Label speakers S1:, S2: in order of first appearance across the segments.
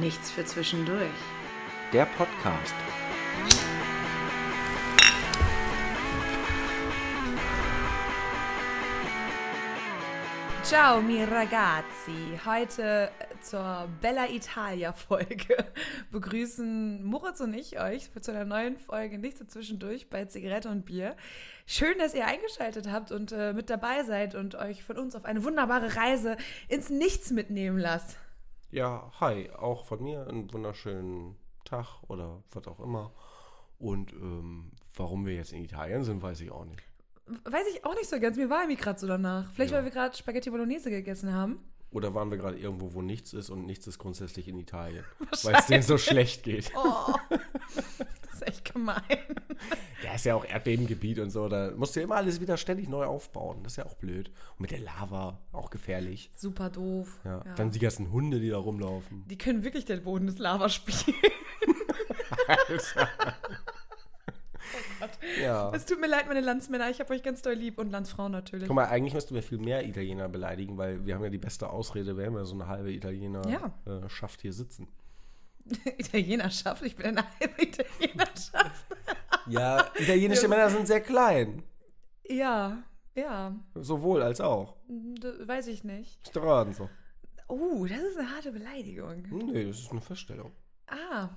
S1: Nichts für zwischendurch.
S2: Der Podcast.
S3: Ciao, mi ragazzi. Heute äh, zur Bella Italia Folge begrüßen Moritz und ich euch zu einer neuen Folge Nichts dazwischendurch bei Zigarette und Bier. Schön, dass ihr eingeschaltet habt und äh, mit dabei seid und euch von uns auf eine wunderbare Reise ins Nichts mitnehmen lasst.
S4: Ja, hi, auch von mir einen wunderschönen Tag oder was auch immer. Und ähm, warum wir jetzt in Italien sind, weiß ich auch nicht.
S3: Weiß ich auch nicht so ganz. Mir war irgendwie gerade so danach. Vielleicht,
S4: Ja.
S3: weil wir gerade Spaghetti Bolognese gegessen haben.
S4: Oder waren wir gerade irgendwo, wo nichts ist und nichts ist grundsätzlich in Italien, weil es denen so schlecht geht.
S3: Oh, das ist echt gemein.
S4: Ja, ist ja auch Erdbebengebiet und so, da musst du ja immer alles wieder ständig neu aufbauen. Das ist ja auch blöd. Und mit der Lava, auch gefährlich.
S3: Super doof.
S4: Ja.
S3: Ja.
S4: Dann die ganzen Hunde, die da rumlaufen.
S3: Die können wirklich den Boden des Lava spielen.
S4: Ja.
S3: Es tut mir leid, meine Landsmänner. Ich habe euch ganz doll lieb und Landsfrauen natürlich.
S4: Guck mal, eigentlich müssten wir viel mehr Italiener beleidigen, weil wir haben ja die beste Ausrede, wenn wir so eine halbe Italiener äh, schafft hier sitzen.
S3: Italienerschaft. Ich bin eine halbe Italienerschaft.
S4: Ja, italienische Männer sind sehr klein.
S3: Ja, ja.
S4: Sowohl als auch.
S3: D weiß ich nicht.
S4: Ist doch gerade so.
S3: Oh, das ist eine harte Beleidigung.
S4: Hm, Nee, das ist eine Feststellung.
S3: Ah,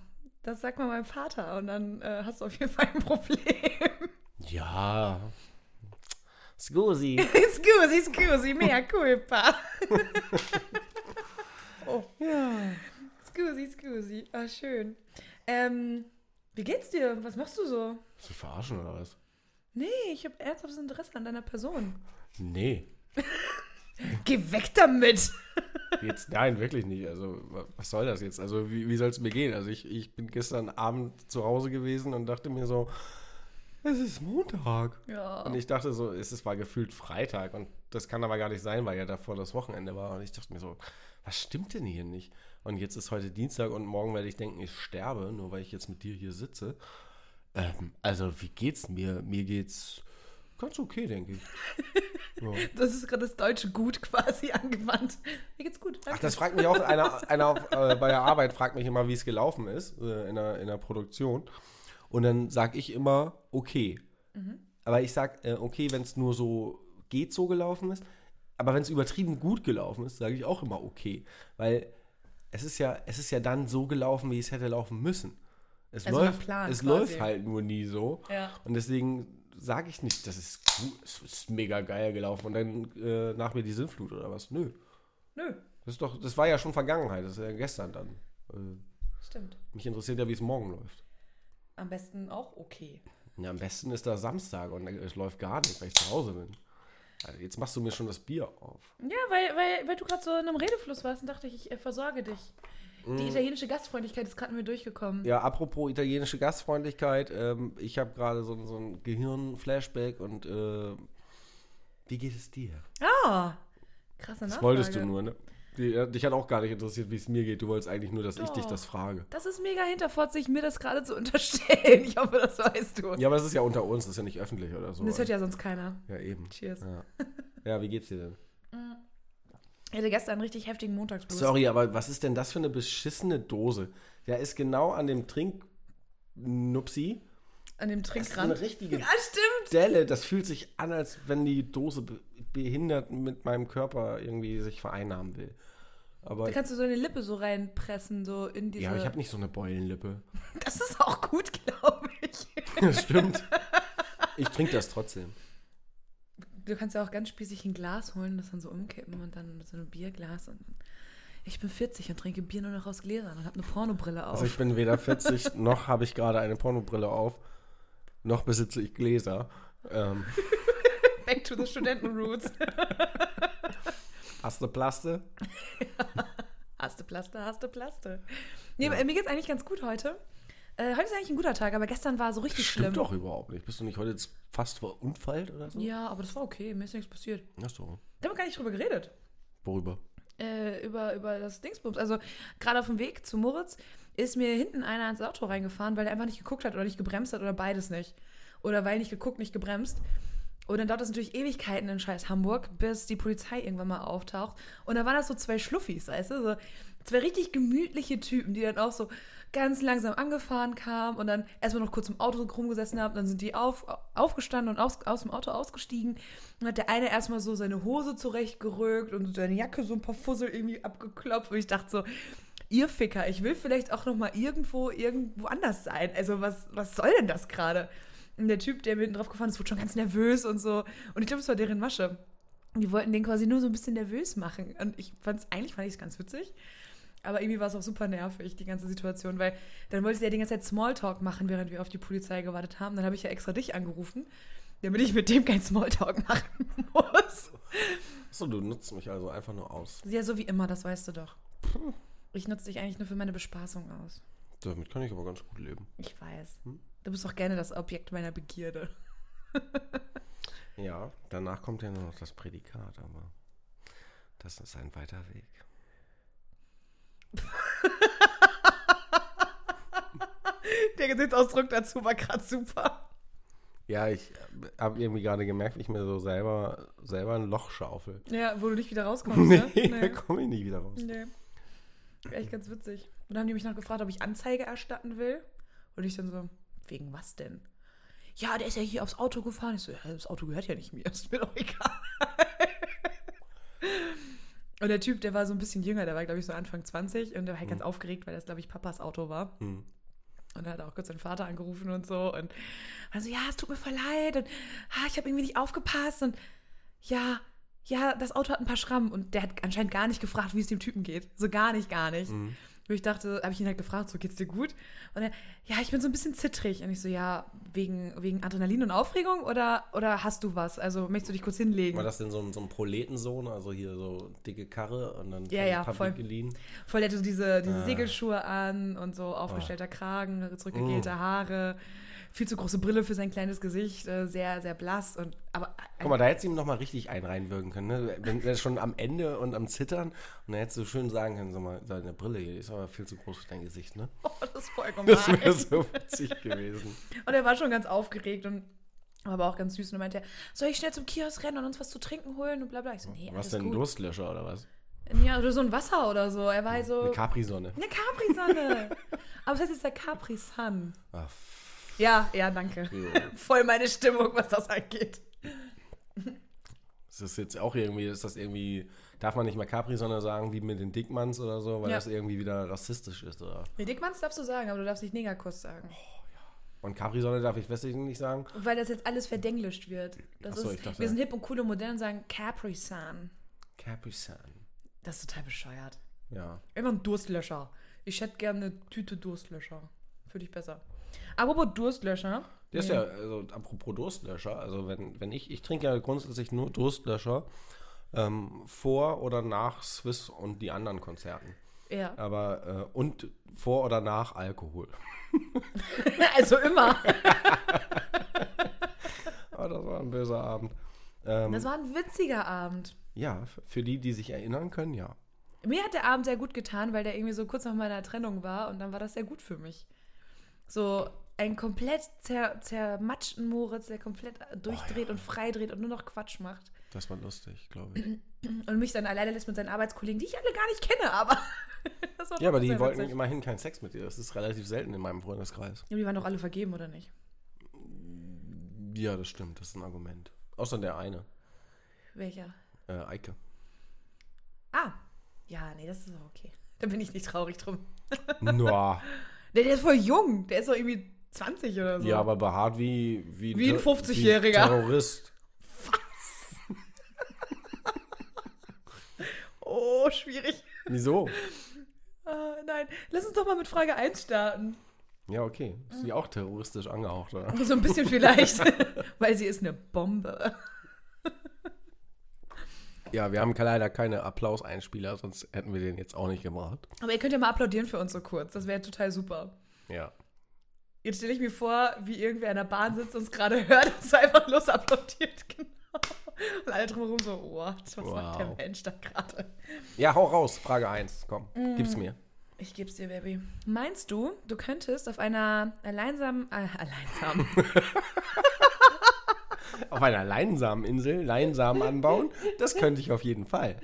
S3: das sagt mal meinem Vater und dann äh, hast du auf jeden Fall ein Problem.
S4: Ja. Scusi.
S3: scusi, scusi, mea culpa. oh.
S4: ja.
S3: Scusi, scusi. Ah, schön. Ähm, wie geht's dir? Was machst du so?
S4: Zu verarschen oder was?
S3: Nee, ich habe ernsthaftes Interesse an deiner Person.
S4: Nee.
S3: Geh weg damit!
S4: Jetzt, nein, wirklich nicht. Also, wa- was soll das jetzt? Also, wie, wie soll es mir gehen? Also, ich, ich bin gestern Abend zu Hause gewesen und dachte mir so, es ist Montag.
S3: Ja.
S4: Und ich dachte so, es ist, war gefühlt Freitag und das kann aber gar nicht sein, weil ja davor das Wochenende war. Und ich dachte mir so, was stimmt denn hier nicht? Und jetzt ist heute Dienstag und morgen werde ich denken, ich sterbe, nur weil ich jetzt mit dir hier sitze. Ähm, also, wie geht's mir? Mir geht's ganz okay, denke ich.
S3: Das ist gerade das deutsche Gut quasi angewandt. Mir geht's gut.
S4: Ach,
S3: Danke.
S4: das fragt mich auch einer, einer auf, äh, bei der Arbeit, fragt mich immer, wie es gelaufen ist äh, in, der, in der Produktion. Und dann sage ich immer, okay.
S3: Mhm.
S4: Aber ich sage, äh, okay, wenn es nur so geht, so gelaufen ist. Aber wenn es übertrieben gut gelaufen ist, sage ich auch immer okay. Weil es ist ja, es ist ja dann so gelaufen, wie es hätte laufen müssen. Es,
S3: Also nach
S4: läuft,
S3: Plan
S4: es
S3: quasi.
S4: läuft halt nur nie so.
S3: Ja.
S4: Und deswegen sage ich nicht, das ist, gut, es ist mega geil gelaufen und dann äh, nach mir die Sinnflut oder was. Nö.
S3: Nö,
S4: Das ist doch, das war ja schon Vergangenheit, das ist ja gestern dann. Äh,
S3: stimmt.
S4: Mich interessiert ja, wie es morgen läuft.
S3: Am besten auch okay.
S4: Ja, am besten ist da Samstag und es läuft gar nicht, weil ich zu Hause bin. Also jetzt machst du mir schon das Bier auf.
S3: Ja, weil, weil, weil du gerade so in einem Redefluss warst und dachte ich, ich äh, versorge dich. Die italienische Gastfreundlichkeit ist gerade mit mir durchgekommen.
S4: Mm. Ja, apropos italienische Gastfreundlichkeit, ähm, ich habe gerade so, so ein Gehirn-Flashback und äh, wie geht es dir?
S3: Ah, krasse Nachfrage.
S4: Das wolltest du nur, ne? Die, dich hat auch gar nicht interessiert, wie es mir geht. Du wolltest eigentlich nur, dass ich dich
S3: Doch.
S4: das frage.
S3: Das ist mega hinterfotzig, mir das gerade zu unterstellen. Ich hoffe, das weißt du.
S4: Ja, aber es ist ja unter uns, das ist ja nicht öffentlich oder so.
S3: Das hört ja sonst keiner.
S4: ja, eben.
S3: Cheers.
S4: Ja. ja, wie geht's dir denn?
S3: Ich hatte gestern einen richtig heftigen Montagsblues.
S4: Sorry, aber was ist denn das für eine beschissene Dose? Der ist genau an dem Trinknupsi.
S3: An dem
S4: Das ist eine
S3: Trinkrand.
S4: richtige
S3: Ah, stimmt.
S4: Delle. Das fühlt sich an, als wenn die Dose be behindert mit meinem Körper irgendwie sich vereinnahmen will. Aber,
S3: Da kannst du so eine Lippe so reinpressen, so in diese...
S4: ja, aber ich habe nicht so eine Beulenlippe.
S3: Das ist auch gut, glaube ich.
S4: Das stimmt. Ich trinke das trotzdem.
S3: Du kannst ja auch ganz spießig ein Glas holen, das dann so umkippen und dann so ein Bierglas. Und ich bin 40 und trinke Bier nur noch aus Gläsern und habe eine Pornobrille auf.
S4: Also ich bin weder 40, noch habe ich gerade eine Pornobrille auf, noch besitze ich Gläser. Ähm,
S3: Back to the Studentenroots.
S4: hast du Plaste?
S3: Haste Plaste, haste Plaste. Nee, aber mir geht's eigentlich ganz gut heute. Äh, heute ist eigentlich ein guter Tag, aber gestern war so richtig schlimm.
S4: Stimmt doch überhaupt nicht. Bist du nicht heute jetzt fast verunfallt oder so?
S3: Ja, aber das war okay, mir ist nichts passiert.
S4: Ach so.
S3: Da haben wir gar nicht drüber geredet.
S4: Worüber?
S3: äh, über, über das Dingsbums. Also gerade auf dem Weg zu Moritz ist mir hinten einer ins Auto reingefahren, weil er einfach nicht geguckt hat oder nicht gebremst hat oder beides nicht. Oder weil nicht geguckt, nicht gebremst. Und dann dauert das natürlich Ewigkeiten in scheiß Hamburg, bis die Polizei irgendwann mal auftaucht. Und da waren das so zwei Schluffis, weißt du? So Zwei richtig gemütliche Typen, die dann auch so ganz langsam angefahren kamen und dann erstmal noch kurz im Auto rumgesessen haben. Dann sind die auf, aufgestanden und aus, aus dem Auto ausgestiegen. Und hat der eine erstmal so seine Hose zurechtgerückt und seine Jacke so ein paar Fussel irgendwie abgeklopft. Und ich dachte so, ihr Ficker, ich will vielleicht auch noch mal irgendwo, irgendwo anders sein. Also was, was soll denn das gerade? Und der Typ, der mir hinten drauf gefahren ist, wurde schon ganz nervös und so. Und ich glaube, es war deren Masche. Die wollten den quasi nur so ein bisschen nervös machen. Und ich fand's, eigentlich fand ich es ganz witzig. Aber irgendwie war es auch super nervig, die ganze Situation, weil dann wollte sie ja die ganze Zeit Smalltalk machen, während wir auf die Polizei gewartet haben. Dann habe ich ja extra dich angerufen, damit ich mit dem kein Smalltalk machen muss.
S4: Achso, du nutzt mich also einfach nur aus.
S3: Ja, so wie immer, das weißt du doch. Ich nutze dich eigentlich nur für meine Bespaßung aus.
S4: Damit kann ich aber ganz gut leben.
S3: Ich weiß.
S4: Hm?
S3: Du bist auch gerne das Objekt meiner Begierde.
S4: Ja, danach kommt ja nur noch das Prädikat, aber das ist ein weiter Weg.
S3: Der Gesichtsausdruck dazu war gerade super.
S4: Ja, ich habe irgendwie gerade gemerkt, wie ich mir so selber, selber ein Loch schaufel.
S3: Ja, wo du nicht wieder rauskommst,
S4: Nee,
S3: ne?
S4: da komme ich nicht wieder raus.
S3: Nee. Echt ganz witzig. Und dann haben die mich noch gefragt, ob ich Anzeige erstatten will. Und ich dann so, wegen was denn? Ja, der ist ja hier aufs Auto gefahren. Ich so, ja, das Auto gehört ja nicht mir. Ist mir doch egal. Und der Typ, der war so ein bisschen jünger, der war, glaube ich, so Anfang 20 und der war halt ganz aufgeregt, weil das, glaube ich, Papas Auto war.
S4: Hm.
S3: Und er hat auch kurz seinen Vater angerufen und so. Und also, ja, es tut mir voll leid. Und ah, ich habe irgendwie nicht aufgepasst. Und ja, ja, das Auto hat ein paar Schrammen. Und der hat anscheinend gar nicht gefragt, wie es dem Typen geht. So gar nicht, gar nicht. Und ich dachte, habe ich ihn halt gefragt, so geht's dir gut? Und er, ja, ich bin so ein bisschen zittrig. Und ich so, ja, wegen, wegen Adrenalin und Aufregung oder, oder hast du was? Also möchtest du dich kurz hinlegen?
S4: War das denn so ein, so ein Proletensohn, also hier so dicke Karre und dann
S3: Ja,
S4: von
S3: ja,
S4: Public
S3: voll.
S4: geliehen?
S3: Voll der hatte so diese, diese
S4: Ah. Oh.
S3: Segelschuhe an und so aufgestellter Kragen, zurückgegelte Haare, viel zu große Brille für sein kleines Gesicht, äh, sehr, sehr blass und aber äh,
S4: Guck mal, da hättest du ihm nochmal richtig einen reinwirken können. Ne? Wenn er schon am Ende und am Zittern und dann hättest du schön sagen können, sag mal, deine Brille hier die ist aber viel zu groß für dein Gesicht, ne?
S3: oh, das ist vollkommen
S4: Das
S3: wahr.
S4: wäre so witzig gewesen.
S3: Und er war schon ganz aufgeregt und aber auch ganz süß und er meinte, soll ich schnell zum Kiosk rennen und uns was zu trinken holen und bla bla. Ich so, nee,
S4: Was
S3: alles
S4: denn,
S3: gut.
S4: Durstlöscher oder was?
S3: Ja, oder so ein Wasser oder so. Er war halt so
S4: Eine Capri-Sonne.
S3: eine Capri-Sonne. aber es heißt jetzt der Capri-Sun.
S4: Ah,
S3: Ja, ja, danke. Voll meine Stimmung, was das angeht.
S4: Ist das jetzt auch irgendwie, ist das irgendwie, darf man nicht mehr Capri-Sonne sagen, wie mit den Dickmanns oder so, weil
S3: Ja.
S4: das irgendwie wieder rassistisch ist, oder?
S3: Nee, Dickmanns darfst du sagen, aber du darfst nicht Negerkuss sagen.
S4: Und Capri-Sonne darf ich westlichen nicht sagen.
S3: Weil das jetzt alles verdenglischt wird. Das
S4: Ach so,
S3: ist,
S4: ich dachte-
S3: wir sind hip und cool und modern und sagen Capri-Sun.
S4: Capri-San.
S3: Das ist total bescheuert.
S4: Ja.
S3: Immer ein Durstlöscher. Ich hätte gerne eine Tüte Durstlöscher. Für dich besser. Apropos Durstlöscher.
S4: Das ist ja, also apropos Durstlöscher, also wenn, wenn ich, ich trinke ja grundsätzlich nur Durstlöscher ähm, vor oder nach Swiss und die anderen Konzerten.
S3: Ja.
S4: Aber, äh, und vor oder nach Alkohol.
S3: also immer.
S4: Aber Ah, das war ein böser Abend. Ähm,
S3: Das war ein witziger Abend.
S4: ja, f- für die, die sich erinnern können, ja.
S3: Mir hat der Abend sehr gut getan, weil der irgendwie so kurz nach meiner Trennung war und dann war das sehr gut für mich. So einen komplett zer zermatschten Moritz, der komplett durchdreht und freidreht und nur noch Quatsch macht.
S4: Das war lustig, glaube ich.
S3: Und mich dann alleine lässt mit seinen Arbeitskollegen, die ich alle gar nicht kenne, aber. das war
S4: Ja, aber
S3: trotzdem
S4: die
S3: sehr
S4: wollten
S3: witzig.
S4: immerhin keinen Sex mit dir. Das ist relativ selten in meinem Freundeskreis.
S3: Ja, die waren doch alle vergeben, oder nicht?
S4: Ja, das stimmt, das ist ein Argument. Außer der eine,
S3: Welcher?
S4: äh, Eike.
S3: Ah, ja, nee, das ist auch okay. Da bin ich nicht traurig drum.
S4: Noah.
S3: Der, der ist voll jung. Der ist doch irgendwie 20 oder so.
S4: Ja, aber behaart wie Wie,
S3: Wie ein
S4: Ter-
S3: 50-Jähriger.
S4: wie Terrorist.
S3: Oh, schwierig.
S4: Wieso?
S3: Ah, nein, lass uns doch mal mit Frage 1 starten.
S4: Ja, okay. Ist die auch terroristisch angehaucht, oder?
S3: So ein bisschen vielleicht, weil sie ist eine Bombe.
S4: Ja, wir haben leider keine Applauseinspieler, sonst hätten wir den jetzt auch nicht gemacht.
S3: Aber ihr könnt ja mal applaudieren für uns so kurz. Das wäre total super.
S4: Ja.
S3: Jetzt stelle ich mir vor, wie irgendwer in der Bahn sitzt und uns gerade hört und so einfach los applaudiert. Genau. Und alle drumherum so, what, was macht der
S4: Wow.
S3: Mensch da gerade?
S4: Ja, hau raus. Frage 1. Komm,
S3: Mm.
S4: gib's mir.
S3: Ich geb's dir, Baby. Meinst du, du könntest auf einer alleinsamen, äh, alleinsamen,
S4: Auf einer Leinsameninsel Leinsamen anbauen? Das könnte ich auf jeden Fall.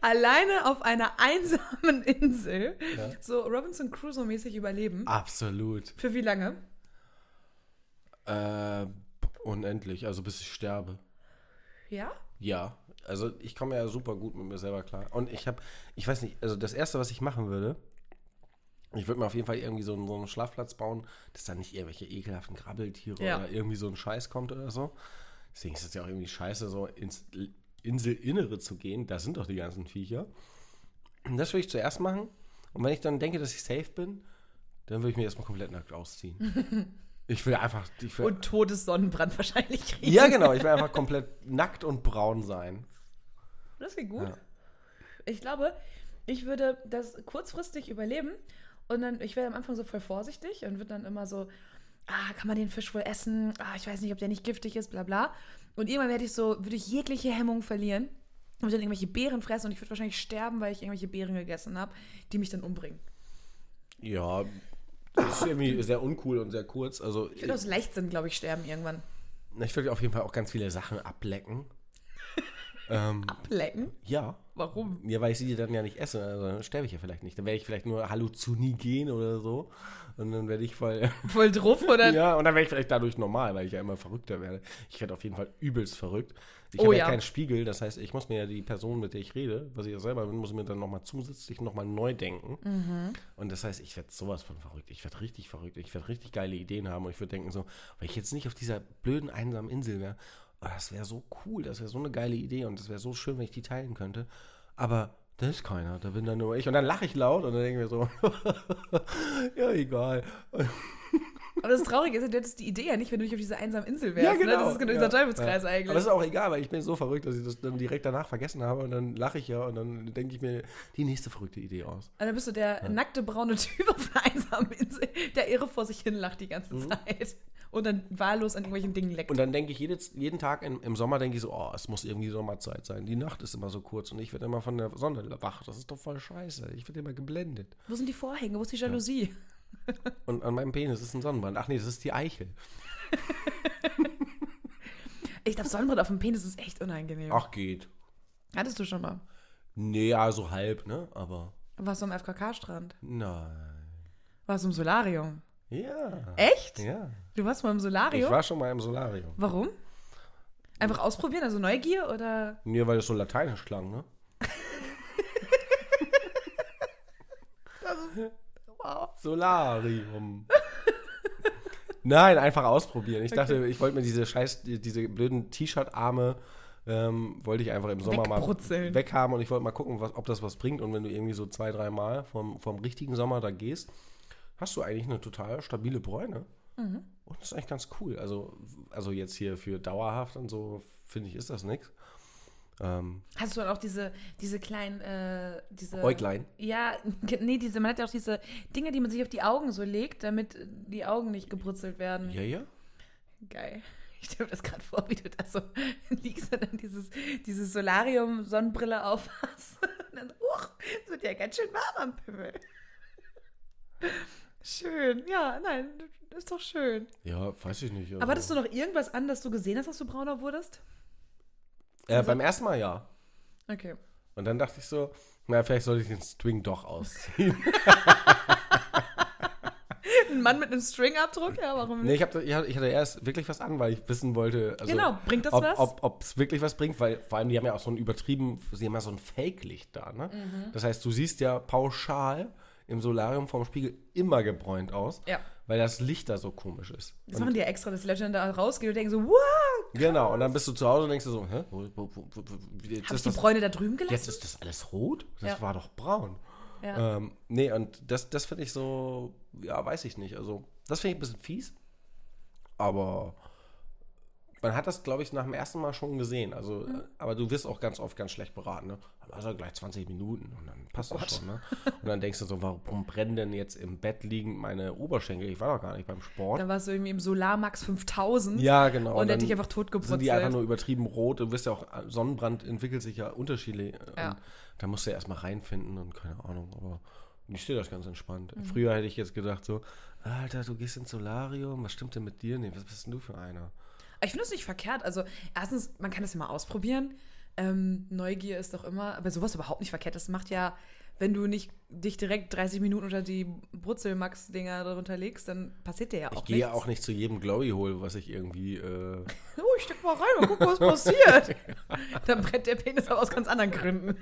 S3: alleine auf einer einsamen Insel so Robinson Crusoe-mäßig überleben.
S4: Ah. Absolut.
S3: Für wie lange?
S4: Äh, unendlich, also bis ich sterbe.
S3: Ja?
S4: Ja, also ich komme ja super gut mit mir selber klar. Und ich habe, ich weiß nicht, also das Erste, was ich machen würde, ich würde mir auf jeden Fall irgendwie so einen, so einen Schlafplatz bauen, dass da nicht irgendwelche ekelhaften Krabbeltiere
S3: Ja.
S4: oder irgendwie so ein Scheiß kommt oder so. Deswegen ist es ja auch irgendwie scheiße, so ins L- Inselinnere zu gehen. Da sind doch die ganzen Viecher. Und das würde ich zuerst machen. Und wenn ich dann denke, dass ich safe bin, dann würde ich mir erstmal komplett nackt ausziehen. ich will einfach. Ich will,
S3: Und Todessonnenbrand wahrscheinlich kriegen.
S4: ja, genau. Ich will einfach komplett nackt und braun sein.
S3: Das geht gut.
S4: Ja.
S3: Ich glaube, ich würde das kurzfristig überleben und dann, ich wäre am Anfang so voll vorsichtig und würde dann immer so, ah, kann man den Fisch wohl essen? Ah, ich weiß nicht, ob der nicht giftig ist, bla bla. Und irgendwann werde ich so, würde ich jegliche Hemmung verlieren und würde dann irgendwelche Beeren fressen und ich würde wahrscheinlich sterben, weil ich irgendwelche Beeren gegessen habe, die mich dann umbringen.
S4: Ja, das ist irgendwie sehr uncool und sehr kurz. Also
S3: Ich würde aus Leichtsinn, glaube ich, sterben irgendwann.
S4: ich würde auf jeden Fall auch ganz viele Sachen ablecken. ähm,
S3: Lecken?
S4: ja.
S3: Warum?
S4: Ja, weil ich sie dann ja nicht esse, also dann sterbe ich ja vielleicht nicht. Dann werde ich vielleicht nur halluzinigen oder so. Und dann werde ich voll.
S3: Voll drauf oder?
S4: ja, und dann werde ich vielleicht dadurch normal, weil ich ja immer verrückter werde. Ich werde auf jeden Fall übelst verrückt. Ich
S3: Oh
S4: habe ja.
S3: ja.
S4: keinen Spiegel, das heißt, ich muss mir ja die Person, mit der ich rede, was ich ja selber bin, muss ich mir dann nochmal zusätzlich nochmal neu denken.
S3: Mhm.
S4: Und das heißt, ich werde sowas von verrückt. Ich werde richtig verrückt. Ich werde richtig geile Ideen haben. Und ich würde denken so, wenn ich jetzt nicht auf dieser blöden, einsamen Insel wäre, oh, das wäre so cool, das wäre so eine geile Idee und das wäre so schön, wenn ich die teilen könnte. Aber da ist keiner, da bin dann nur ich. Und dann lache ich laut und dann denke ich mir so, ja, egal.
S3: Aber das Traurige ist, ja, du hättest die Idee ja nicht, wenn du nicht auf dieser einsamen Insel wärst. ne? Das ist genau dieser Teufelskreis eigentlich.
S4: Aber es ist auch egal, weil ich bin so verrückt, dass ich das dann direkt danach vergessen habe und dann lache ich ja und dann denke ich mir die nächste verrückte Idee aus.
S3: Und Also dann bist du der nackte braune Typ auf der einsamen Insel, der irre vor sich hin lacht die ganze Zeit. Und dann wahllos an irgendwelchen Dingen leckt.
S4: Mhm. Und dann denke ich jedes, jeden Tag im, im Sommer, denke ich so, oh, es muss irgendwie Sommerzeit sein. Die Nacht ist immer so kurz und ich werde immer von der Sonne wach. Das ist doch voll scheiße. Ich werde immer geblendet.
S3: Wo sind die Vorhänge? Wo ist die Jalousie?
S4: Und an meinem Penis ist ein Sonnenbrand. Ach nee, das ist die Eichel.
S3: Ich glaube, Sonnenbrille auf dem Penis ist echt unangenehm.
S4: Ach, geht.
S3: Hattest du schon mal?
S4: Nee, ja, so halb, ne? Aber
S3: Warst du am FKK-Strand?
S4: nein.
S3: Warst du im Solarium?
S4: Ja.
S3: Echt?
S4: Ja.
S3: Du warst mal im Solarium?
S4: Ich war schon mal im Solarium.
S3: Warum? Einfach ausprobieren, also Neugier oder?
S4: Nee, weil das so lateinisch klang, ne?
S3: Wow.
S4: Solarium. um. Nein, einfach ausprobieren. Ich dachte, ich wollte mir diese scheiß, diese blöden T-Shirt-Arme, ähm, wollte ich einfach im Sommer
S3: Wegbrutzeln.
S4: mal weghaben und ich wollte mal gucken, was, ob das was bringt. Und wenn du irgendwie so zwei, dreimal vom, vom richtigen Sommer da gehst, hast du eigentlich eine total stabile Bräune.
S3: Mhm.
S4: Und das ist eigentlich ganz cool. Also, also jetzt hier für dauerhaft und so, finde ich, ist das nix. Ähm,
S3: Hast du dann auch diese, diese kleinen, äh, diese...
S4: Äuglein.
S3: Ja, nee, diese, man hat ja auch diese Dinge, die man sich auf die Augen so legt, damit die Augen nicht gebrutzelt werden.
S4: Ja, ja.
S3: Geil. Ich stelle mir das gerade vor, wie du da so liegst und dann dieses, dieses Solarium-Sonnenbrille auf hast. Und dann, uch, es wird ja ganz schön warm am Pimmel. Schön, ja, nein, ist doch schön.
S4: Ja, weiß ich nicht.
S3: Aber
S4: also-
S3: hattest du noch irgendwas an, das du gesehen hast, dass du brauner wurdest?
S4: äh, beim ersten Mal ja.
S3: Okay.
S4: Und dann dachte ich so, na, vielleicht sollte ich den String doch ausziehen.
S3: Ein Mann mit einem String-Abdruck? Ja, warum
S4: nee,
S3: nicht?
S4: ich, hab, da- ich hatte ich hatte erst wirklich was an, weil ich wissen wollte, also,
S3: Genau, bringt das
S4: ob,
S3: was?
S4: Ob ob es wirklich was bringt, weil vor allem die haben ja auch so ein übertrieben, sie haben ja so ein Fake-Licht da. Ne?
S3: Mhm.
S4: Das heißt, du siehst ja pauschal im Solarium vorm Spiegel immer gebräunt aus,
S3: Ja.
S4: weil das Licht da so komisch ist.
S3: Das machen die ja extra, dass die Leute dann da rausgehen und denken so, wow,
S4: Genau, und dann bist du zu Hause und denkst dir so, hä? Wo, wo, wo, wo, wo- jetzt,
S3: hab ich
S4: ist
S3: die
S4: das,
S3: Bräune da drüben gelassen?
S4: jetzt ist das alles rot? Das
S3: Ja.
S4: war doch braun.
S3: ja.
S4: Ähm, nee, und das, das finde ich so, ja, weiß ich nicht. Also, das finde ich ein bisschen fies. Aber man hat das, glaube ich, nach dem ersten Mal schon gesehen. Also, äh, aber du wirst auch ganz oft ganz schlecht beraten. Ne? Also gleich 20 Minuten und dann passt das schon. Ne? Und dann denkst du so, warum brennen denn jetzt im Bett liegend meine Oberschenkel? Ich war doch gar nicht beim Sport.
S3: Dann warst du irgendwie im Solarmax 5000.
S4: Ja, genau.
S3: Und, der hat
S4: dann
S3: dich einfach totgebrutzelt.
S4: Sind die einfach nur übertrieben rot. Du wirst ja auch, Sonnenbrand entwickelt sich ja unterschiedlich.
S3: Ja.
S4: Und da musst du ja erstmal reinfinden und keine Ahnung. Aber ich sehe das ganz entspannt.
S3: Mhm.
S4: Früher hätte ich jetzt gedacht so, Alter, du gehst ins Solarium, was stimmt denn mit dir? Nee, was bist denn du für einer?
S3: Ich finde das nicht verkehrt. Also, erstens, man kann das ja mal ausprobieren. Äh, Ähm, Neugier ist doch immer, aber sowas überhaupt nicht verkehrt. Das macht ja, wenn du nicht dich direkt 30 Minuten unter die Brutzelmax-Dinger darunter legst, dann passiert dir ja auch
S4: Ich gehe ja
S3: nichts.
S4: auch nicht zu jedem Glory Hole, was ich irgendwie. Äh,
S3: Oh, ich steck mal rein und guck, was passiert. Dann brennt der Penis aber aus ganz anderen Gründen.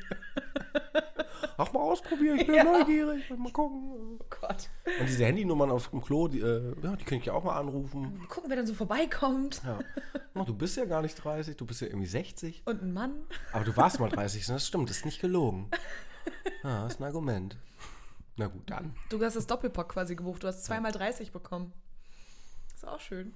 S4: Ach, mal ausprobieren, ich bin neugierig. Mal gucken.
S3: Oh Gott.
S4: Und diese Handynummern auf dem Klo, die, äh, ja, die könnte ich ja auch mal anrufen.
S3: Mal gucken, wer dann so vorbeikommt.
S4: Ja. Ach, du bist ja gar nicht 30, du bist ja irgendwie 60.
S3: Und ein Mann.
S4: Aber du warst mal 30, das stimmt, das ist nicht gelogen. Ja, das ist ein Argument. Na gut, dann.
S3: Du hast das Doppelpack quasi gebucht. Du hast zweimal 30 bekommen. Ist auch schön.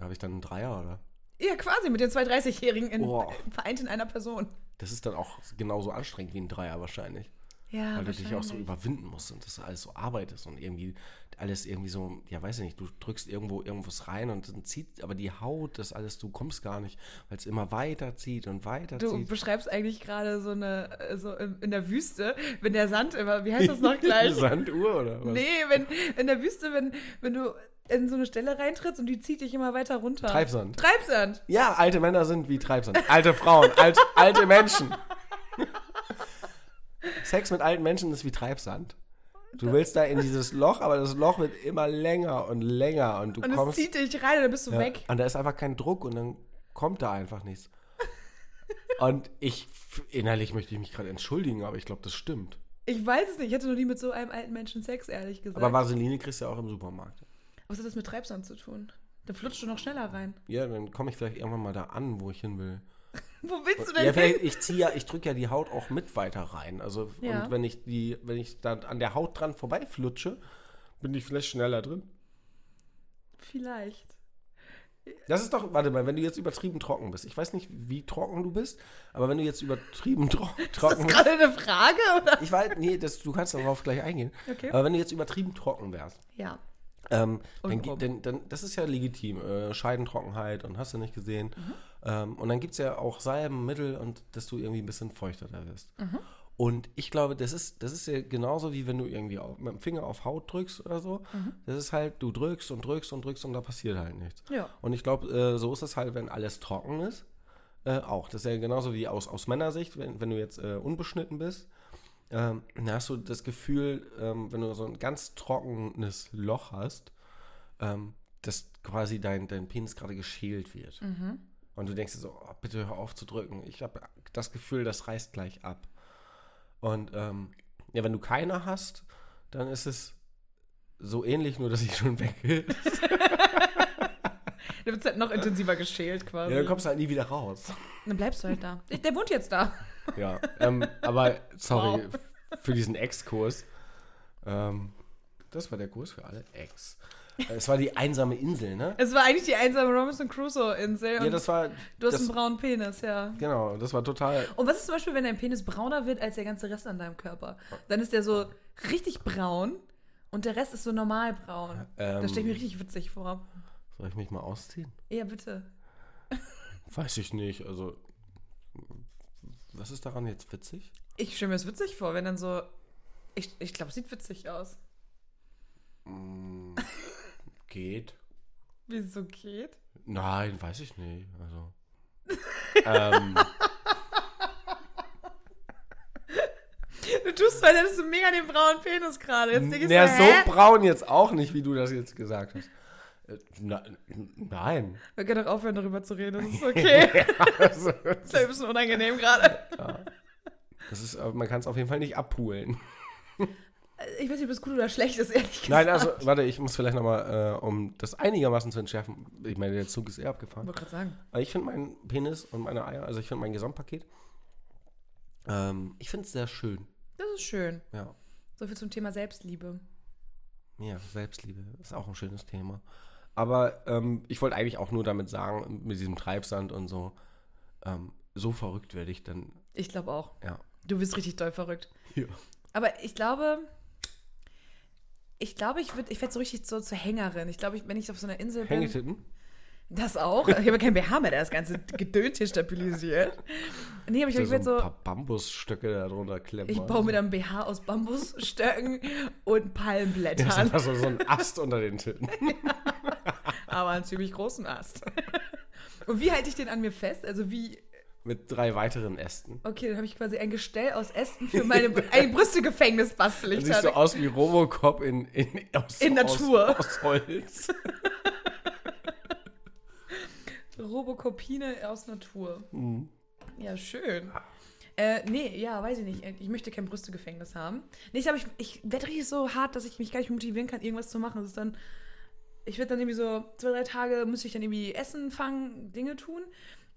S4: Habe ich dann einen Dreier, oder?
S3: Ja, quasi mit den zwei 30-Jährigen in,
S4: Boah.
S3: vereint in einer Person.
S4: Das ist dann auch genauso anstrengend wie ein Dreier wahrscheinlich.
S3: Ja,
S4: weil du dich auch so überwinden musst und das alles so Arbeit ist und irgendwie alles irgendwie so, ja weiß ich nicht, du drückst irgendwo irgendwas rein und dann zieht aber die Haut das alles, du kommst gar nicht, weil es immer weiter zieht und weiter
S3: Du
S4: zieht.
S3: beschreibst eigentlich gerade so eine, äh, so in, in der Wüste, wenn der Sand immer, wie heißt das noch gleich?
S4: Sanduhr oder was?
S3: nee, wenn in der Wüste, wenn, wenn du in so eine Stelle reintrittst und die zieht dich immer weiter runter.
S4: Treibsand.
S3: Treibsand.
S4: Ja, alte Männer sind wie Treibsand. Alte Frauen, alt, alte Menschen. Sex mit alten Menschen ist wie Treibsand. Du willst da in dieses Loch, aber das Loch wird immer länger und länger und du
S3: Und es
S4: kommst
S3: zieht dich rein und dann bist du
S4: Ja.
S3: weg.
S4: Und da ist einfach kein Druck und dann kommt da einfach nichts. und ich, innerlich möchte ich mich gerade entschuldigen, aber ich glaube, das stimmt.
S3: Ich weiß es nicht. Ich hatte noch nie mit so einem alten Menschen Sex, ehrlich gesagt.
S4: Aber Vaseline kriegst du ja auch im Supermarkt.
S3: Was hat das mit Treibsand zu tun? Da flutscht du noch schneller rein.
S4: Ja, dann komme ich vielleicht irgendwann mal da an, wo ich hin will.
S3: Wo willst du denn
S4: Ja, vielleicht,
S3: hin?
S4: ich ziehe ja, ich drücke ja die Haut auch mit weiter rein. Also,
S3: Ja.
S4: und wenn ich die, wenn ich da an der Haut dran vorbeiflutsche, bin ich vielleicht schneller drin.
S3: Vielleicht.
S4: Das ist doch, warte mal, wenn du jetzt übertrieben trocken bist. Ich weiß nicht, wie trocken du bist, aber wenn du jetzt übertrieben tro
S3: Ist das
S4: trocken bist.
S3: gerade eine Frage? Oder?
S4: Ich weiß, nee, das, du kannst darauf gleich eingehen.
S3: Okay.
S4: Aber wenn du jetzt übertrieben trocken wärst,
S3: Ja.
S4: ähm, dann,
S3: Und
S4: gi-
S3: grob.
S4: dann, dann, das ist ja legitim. Äh, Scheidentrockenheit und hast du nicht gesehen. Ähm, und dann gibt es ja auch Salben, Mittel und dass du irgendwie ein bisschen feuchter da wirst. Und ich glaube, das ist, das ist ja genauso wie wenn du irgendwie auf, mit dem Finger auf Haut drückst oder so. Das ist halt, du drückst und drückst und drückst und da passiert halt nichts.
S3: Ja.
S4: Und ich glaube, äh, so ist es halt, wenn alles trocken ist. Äh, auch. Das ist ja genauso wie aus, aus Männersicht, wenn, wenn du jetzt äh, unbeschnitten bist. Ähm, dann hast du das Gefühl, ähm, wenn du so ein ganz trockenes Loch hast, ähm, dass quasi dein, dein Penis gerade geschält wird. Und du denkst dir so, oh, bitte hör auf zu drücken. Ich habe das Gefühl, das reißt gleich ab. Und ähm, ja, wenn du keine hast, dann ist es so ähnlich, nur dass ich schon weg will.
S3: Dann wird es halt noch intensiver geschält quasi.
S4: Ja, dann kommst du halt nie wieder raus.
S3: Dann bleibst du halt da. Ich- Der wohnt jetzt da.
S4: Ja, ähm, aber sorry für diesen Ex-Kurs. Ähm, das war der Kurs für alle Ex. Äh, Es war die einsame Insel, ne?
S3: Es war eigentlich die einsame Robinson Crusoe-Insel.
S4: Ja,
S3: und
S4: das war.
S3: du hast
S4: das,
S3: einen braunen Penis, ja.
S4: Genau, das war total.
S3: Und was ist zum Beispiel, wenn dein Penis brauner wird als der ganze Rest an deinem Körper? Dann ist der so richtig braun und der Rest ist so normal braun.
S4: Ähm.
S3: das stelle ich mir richtig witzig vor.
S4: Soll ich mich mal ausziehen?
S3: Ja, bitte.
S4: Weiß ich nicht. Also, was ist daran jetzt witzig?
S3: Ich stelle mir das witzig vor, wenn dann so. Ich, ich glaube, es sieht witzig aus.
S4: Geht.
S3: Wie es so geht.
S4: Nein, weiß ich nicht. Also. ähm,
S3: Du tust, weil hättest du mega den braunen Penis gerade. Jetzt denkst du,
S4: na,
S3: hä?
S4: so braun jetzt auch nicht, wie du das jetzt gesagt hast. Äh, na, nein.
S3: Wir können doch aufhören, darüber zu reden. Das ist okay.
S4: Also,
S3: das ist ein bisschen unangenehm gerade.
S4: Das ist, äh, man kann es auf jeden Fall nicht abholen.
S3: Ich weiß nicht, ob das gut oder schlecht ist, ehrlich gesagt.
S4: Nein, also, warte, ich muss vielleicht nochmal, äh, um das einigermaßen zu entschärfen, ich meine, der Zug ist eher
S3: Ich
S4: abgefahren.
S3: wollte gerade sagen.
S4: Aber ich finde meinen Penis und meine Eier, also ich finde mein Gesamtpaket, ähm, ich finde es sehr schön.
S3: Das ist schön.
S4: Ja.
S3: So viel zum Thema Selbstliebe.
S4: ja, Selbstliebe ist auch ein schönes Thema. Aber ähm, ich wollte eigentlich auch nur damit sagen, mit diesem Treibsand und so, ähm, so verrückt werde ich dann,
S3: Ich glaube auch.
S4: ja.
S3: Du bist richtig doll verrückt.
S4: ja.
S3: Aber ich glaube, ich glaube, ich würde, ich werde so richtig so zur Hängerin. Ich glaube, ich, wenn ich auf so einer Insel bin,
S4: Hängetippen?
S3: das auch. Ich habe kein BH mehr, der das ganze Gedönt hier stabilisiert. Nee, aber ich, glaub,
S4: Ich
S3: ich
S4: so ein
S3: werde so,
S4: paar Bambusstöcke da drunter klemmen.
S3: ich baue mir dann BH aus Bambusstöcken und
S4: Das ist
S3: Palmblättern.
S4: einfach so, so ein Ast unter den Titten.
S3: aber einen ziemlich großen Ast. Und wie halte ich den an mir fest? Also wie
S4: mit drei weiteren Ästen.
S3: Okay, dann habe ich quasi ein Gestell aus Ästen für meine ein Brüstegefängnis bastel
S4: Dann
S3: ich
S4: siehst du
S3: dadurch.
S4: aus wie Robocop in, in, aus,
S3: halt In Natur.
S4: Aus, aus Holz.
S3: Robokopine aus Natur.
S4: Mhm.
S3: Ja, schön. Äh, nee, ja, weiß ich nicht. Ich möchte kein Brüstegefängnis haben. Nicht, aber ich, ich werde richtig so hart, dass ich mich gar nicht motivieren kann, irgendwas zu machen. Das ist dann. Ich werde dann irgendwie so zwei, drei Tage müsste ich dann irgendwie Essen fangen, Dinge tun.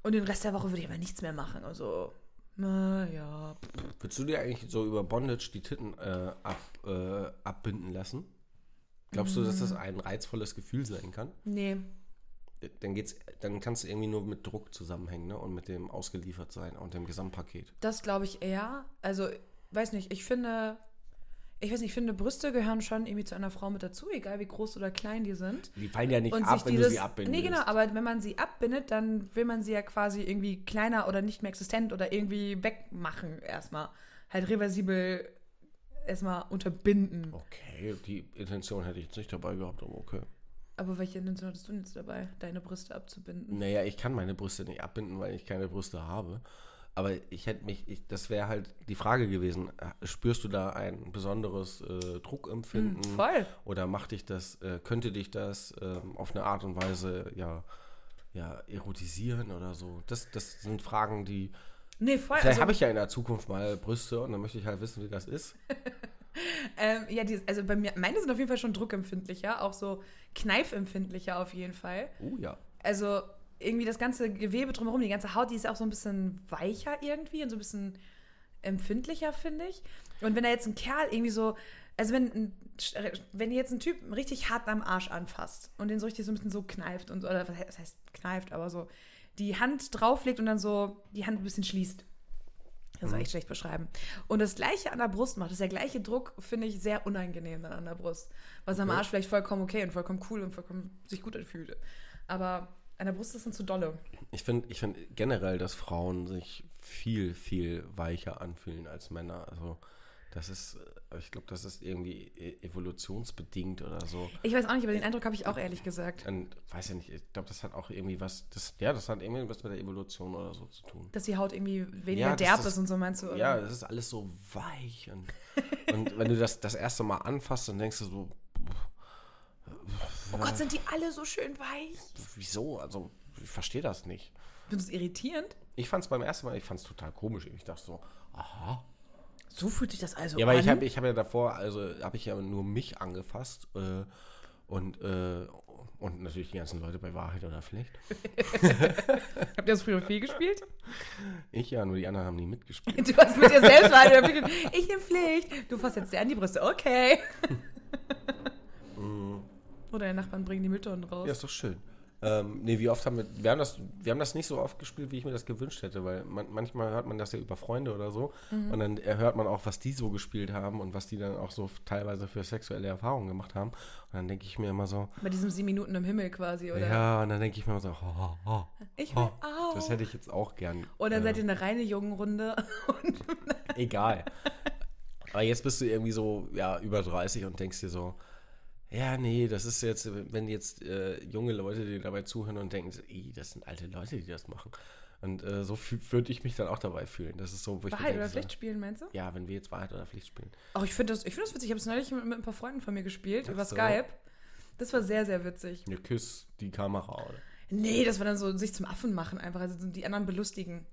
S3: Und den Rest der Woche würde ich aber nichts mehr machen. Also, naja.
S4: Würdest du dir eigentlich so über Bondage die Titten äh, ab, äh, abbinden lassen? Glaubst du, dass das ein reizvolles Gefühl sein kann?
S3: Nee.
S4: Dann, geht's, dann kannst du irgendwie nur mit Druck zusammenhängen ne? und mit dem Ausgeliefertsein und dem Gesamtpaket.
S3: Das glaube ich eher. Also, weiß nicht, ich finde. Ich weiß nicht, ich finde, Brüste gehören schon irgendwie zu einer Frau mit dazu, egal wie groß oder klein die sind.
S4: Die fallen ja nicht
S3: und
S4: ab,
S3: sich
S4: wenn
S3: dieses,
S4: du sie abbindest.
S3: Nee, genau, aber wenn man sie abbindet, dann will man sie ja quasi irgendwie kleiner oder nicht mehr existent oder irgendwie wegmachen erstmal. Halt reversibel erstmal unterbinden.
S4: Oh. Okay, die Intention hätte ich jetzt nicht dabei gehabt, aber okay.
S3: Aber welche Intention hattest du denn jetzt dabei, deine Brüste abzubinden?
S4: Naja, ich kann meine Brüste nicht abbinden, weil ich keine Brüste habe. Aber ich hätte mich, ich, das wäre halt die Frage gewesen, äh, spürst du da ein besonderes äh, Druckempfinden?
S3: Hm, voll.
S4: Oder macht dich das, äh, könnte dich das ähm, auf eine Art und Weise ja, ja erotisieren oder so? Das, das sind Fragen, die.
S3: Nee, voll.
S4: Vielleicht
S3: Also,
S4: habe ich ja in der Zukunft mal Brüste und dann möchte ich halt wissen, wie das ist.
S3: ähm, ja, die, also bei mir, meine sind auf jeden Fall schon druckempfindlicher, auch so kneifempfindlicher auf jeden Fall.
S4: Oh ja.
S3: also irgendwie das ganze Gewebe drumherum, die ganze Haut, die ist auch so ein bisschen weicher irgendwie und so ein bisschen empfindlicher, finde ich. Und wenn da jetzt ein Kerl irgendwie so, also wenn, ein- wenn jetzt ein Typ richtig hart am Arsch anfasst und den so richtig so ein bisschen so kneift und so, oder was he- was heißt kneift, aber so die Hand drauflegt und dann so die Hand ein bisschen schließt. Das war
S4: Mhm.
S3: echt schlecht beschreiben. Und das gleiche an der Brust macht, das ist der gleiche Druck, finde ich sehr unangenehm dann an der Brust. Was am
S4: Okay.
S3: Arsch vielleicht vollkommen okay und vollkommen cool und vollkommen sich gut anfühlt. Aber an der Brust ist es zu dolle.
S4: Ich finde ich find generell, dass Frauen sich viel, viel weicher anfühlen als Männer. Also das ist, äh, ich glaube, das ist irgendwie e- evolutionsbedingt oder so.
S3: Ich weiß auch nicht, aber den Eindruck habe ich auch ehrlich gesagt.
S4: Und weiß ja nicht, ich glaube, das hat auch irgendwie was, das, ja, das hat irgendwie was mit der Evolution oder so zu tun.
S3: Dass die Haut irgendwie weniger
S4: Ja, das-
S3: derb
S4: das-
S3: ist und so meinst du? Oder?
S4: Ja, das ist alles so weich. Und, und wenn du das das erste Mal anfasst, dann denkst du so,
S3: oh Gott, sind die alle so schön weich.
S4: wieso? Also, ich verstehe das nicht.
S3: Findest du es irritierend?
S4: Ich fand es beim ersten Mal, ich fand es total komisch. Ich dachte so, aha.
S3: So fühlt sich das also
S4: Ja, aber
S3: an.
S4: ich habe ich hab ja davor, also habe ich ja nur mich angefasst äh, und, äh, und natürlich die ganzen Leute bei Wahrheit oder Pflicht.
S3: Habt ihr das früher viel gespielt?
S4: Ich ja, nur die anderen haben nie mitgespielt.
S3: Du hast mit dir selbst weiter. Ich nehme Pflicht. Du fasst jetzt dir an die Brüste. Okay.
S4: Mm.
S3: Oder deine Nachbarn bringen die Mülltonnen raus.
S4: Ja, ist doch schön. Ähm, nee, wie oft haben wir, wir haben, das, wir haben das nicht so oft gespielt, wie ich mir das gewünscht hätte, weil man, manchmal hört man das ja über Freunde oder so
S3: Mhm.
S4: und dann hört man auch, was die so gespielt haben und was die dann auch so teilweise für sexuelle Erfahrungen gemacht haben und dann denke ich mir immer so,
S3: Bei diesem sieben Minuten im Himmel quasi, oder?
S4: ja, und dann denke ich mir immer so, oh, oh, oh,
S3: Ich will
S4: oh,
S3: auch.
S4: das hätte ich jetzt auch gern.
S3: Und dann
S4: äh,
S3: seid ihr eine reine Jungenrunde.
S4: Egal. Aber jetzt bist du irgendwie so, ja, über 30 und denkst dir so, ja, nee, das ist jetzt, wenn jetzt äh, junge Leute dir dabei zuhören und denken, so, "Ih, das sind alte Leute, die das machen. Und äh, so fühl- würde ich mich dann auch dabei fühlen. Das ist so, wo ich mir
S3: Wahrheit
S4: denke,
S3: oder
S4: so,
S3: Pflicht spielen, meinst du?
S4: Ja, wenn wir jetzt Wahrheit oder Pflicht spielen.
S3: Oh, ich finde das, ich find das witzig. Ich habe es neulich mit, mit ein paar Freunden von mir gespielt, über
S4: so.
S3: Skype. Das war sehr, sehr witzig.
S4: Ihr küsst die Kamera, oder?
S3: Nee, das war dann so sich zum Affen machen einfach, also die anderen belustigen.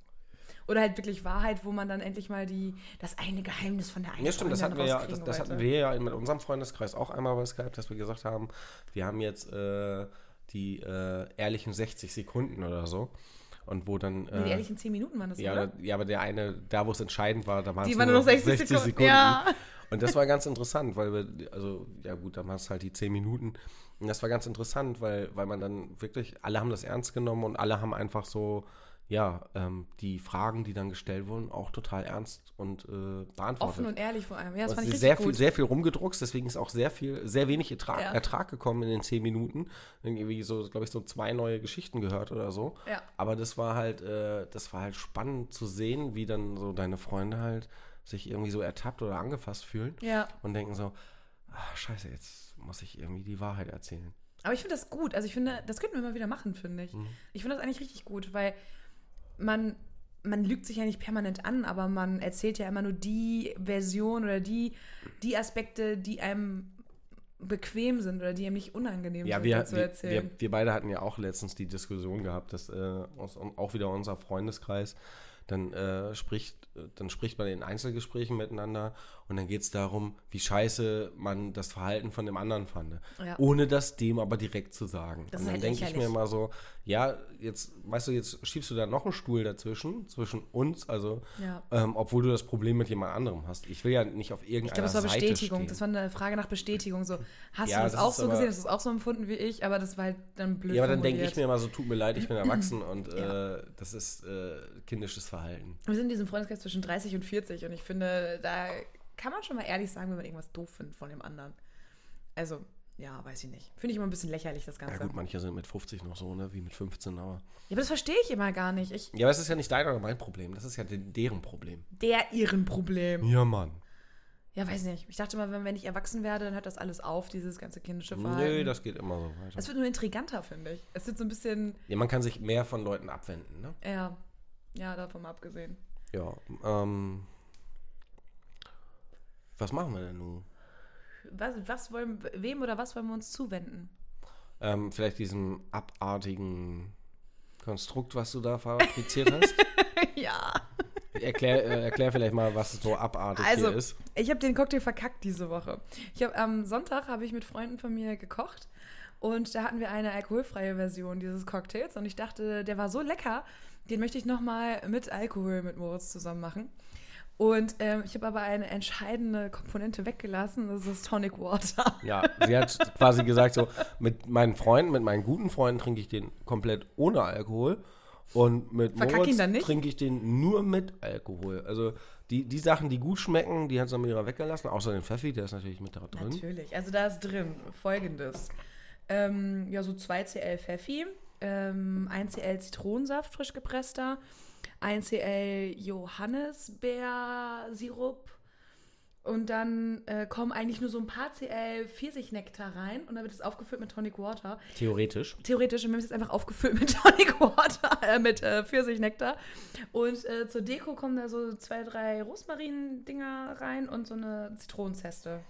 S3: Oder halt wirklich Wahrheit, wo man dann endlich mal die, das eine Geheimnis von der einen
S4: Ja, stimmt, das hatten, wir
S3: Freundin
S4: ja, das,
S3: rauskriegen
S4: das hatten
S3: wollte.
S4: wir ja in- mit unserem Freundeskreis auch einmal bei Skype, dass wir gesagt haben, wir haben jetzt äh, die äh, ehrlichen 60 Sekunden oder so. Und wo dann.
S3: Nee, Die
S4: äh,
S3: ehrlichen zehn Minuten waren das,
S4: Ja,
S3: oder?
S4: da- ja, aber der eine, da wo es entscheidend war, da waren
S3: Die
S4: es
S3: waren nur noch 60 Sekunden, ja.
S4: Und das war ganz interessant, weil wir, also, ja gut, dann waren es halt die 10 Minuten. Und das war ganz interessant, weil, weil man dann wirklich, alle haben das ernst genommen und alle haben einfach so, ja, ähm, die Fragen, die dann gestellt wurden, auch total ernst und äh, beantwortet.
S3: Offen und ehrlich vor allem. Ja, das
S4: Und
S3: fand
S4: es
S3: ich
S4: ist
S3: richtig
S4: sehr
S3: gut.
S4: viel, sehr viel rumgedruckst, deswegen ist auch sehr viel, sehr wenig Ertrag,
S3: Ja.
S4: Ertrag gekommen in den zehn Minuten. Irgendwie so, glaube ich, so zwei neue Geschichten gehört oder so.
S3: Ja.
S4: Aber das war halt, äh, das war halt spannend zu sehen, wie dann so deine Freunde halt sich irgendwie so ertappt oder angefasst fühlen
S3: Ja.
S4: und denken so, ah, scheiße, jetzt muss ich irgendwie die Wahrheit erzählen.
S3: Aber ich finde das
S4: Mhm.
S3: gut. Also ich finde, das könnten wir mal wieder machen, finde ich. Ich finde das eigentlich richtig gut, weil man man lügt sich ja nicht permanent an, aber man erzählt ja immer nur die Version oder die, die Aspekte, die einem bequem sind oder die einem nicht unangenehm
S4: Ja,
S3: sind,
S4: wir,
S3: dazu
S4: wir,
S3: erzählen.
S4: wir, wir beide hatten ja auch letztens die Diskussion gehabt, dass äh, aus, auch wieder unser Freundeskreis, dann äh, spricht, dann spricht man in Einzelgesprächen miteinander und dann geht es darum, wie scheiße man das Verhalten von dem anderen fand.
S3: Ja.
S4: Ohne das dem aber direkt zu sagen.
S3: Das ist
S4: und dann
S3: halt
S4: denke ich mir
S3: lächerlich.
S4: immer so, ja, jetzt, weißt du, jetzt schiebst du da noch einen Stuhl dazwischen, zwischen uns, also
S3: Ja.
S4: ähm, obwohl du das Problem mit jemand anderem hast. Ich will ja nicht auf irgendeiner
S3: Ich glaube, das war
S4: Seite
S3: Bestätigung.
S4: Stehen.
S3: Das war eine Frage nach Bestätigung. So, hast
S4: Ja,
S3: du das,
S4: das
S3: auch
S4: ist
S3: so
S4: aber-
S3: gesehen? Hast du das auch so empfunden wie ich? Aber das war halt dann blöd.
S4: Ja, aber dann denke
S3: formuliert.
S4: ich mir immer so, tut mir leid, ich bin erwachsen und äh, das ist äh, kindisches Verhalten.
S3: Wir sind in diesem Freundeskreis zwischen 30 und 40 und ich finde, da kann man schon mal ehrlich sagen, wenn man irgendwas doof findet von dem anderen. Also, ja, weiß ich nicht. Finde ich immer ein bisschen lächerlich, das
S4: Ja
S3: Ganze.
S4: gut, manche sind mit 50 noch so, ne, wie mit 15, aber...
S3: Ja, aber das verstehe ich immer gar nicht. Ich,
S4: Ja, aber es ist ja nicht dein oder mein Problem, das ist ja de deren Problem.
S3: der ihren Problem.
S4: Ja, Mann.
S3: Ja, weiß nicht. Ich dachte mal, wenn, wenn ich erwachsen werde, dann hört das alles auf, dieses ganze kindische Verhalten.
S4: Nö, das geht immer so weiter.
S3: das wird nur intriganter, finde ich. Es wird so ein bisschen,
S4: Ja, man kann sich mehr von Leuten abwenden, ne?
S3: ja, ja, davon mal abgesehen.
S4: Ja, ähm... Was machen wir denn nun?
S3: Was, was wollen, wem oder was wollen wir uns zuwenden?
S4: Ähm, vielleicht diesem abartigen Konstrukt, was du da fabriziert hast?
S3: ja.
S4: Erklär, äh, erklär vielleicht mal, was so abartig
S3: Also,
S4: hier ist.
S3: ich habe den Cocktail verkackt diese Woche. Ich hab, am Sonntag habe ich mit Freunden von mir gekocht und da hatten wir eine alkoholfreie Version dieses Cocktails und ich dachte, der war so lecker, den möchte ich nochmal mit Alkohol mit Moritz zusammen machen. Und ähm, ich habe aber eine entscheidende Komponente weggelassen, das ist Tonic Water.
S4: Ja, sie hat quasi gesagt, so mit meinen Freunden, mit meinen guten Freunden trinke ich den komplett ohne Alkohol und mit
S3: Verkack ihn
S4: Moritz
S3: dann nicht?
S4: trinke ich den nur mit Alkohol. Also die, die Sachen, die gut schmecken, die hat sie mit ihrer weggelassen, außer den Pfeffi, der ist natürlich mit da drin.
S3: Natürlich, also da ist drin folgendes. Ähm, ja, so 2cl Pfeffi, ähm, 1cl Zitronensaft, frisch gepresster, 1cl Johannisbeersirup und dann äh, kommen eigentlich nur so ein paar cl Pfirsichnektar rein und dann wird es aufgefüllt mit Tonic Water.
S4: Theoretisch.
S3: Theoretisch, wir haben es jetzt einfach aufgefüllt mit Tonic Water, äh, mit äh, Pfirsichnektar. Und äh, zur Deko kommen da so zwei, drei Rosmarin-Dinger rein und so eine Zitronenzeste.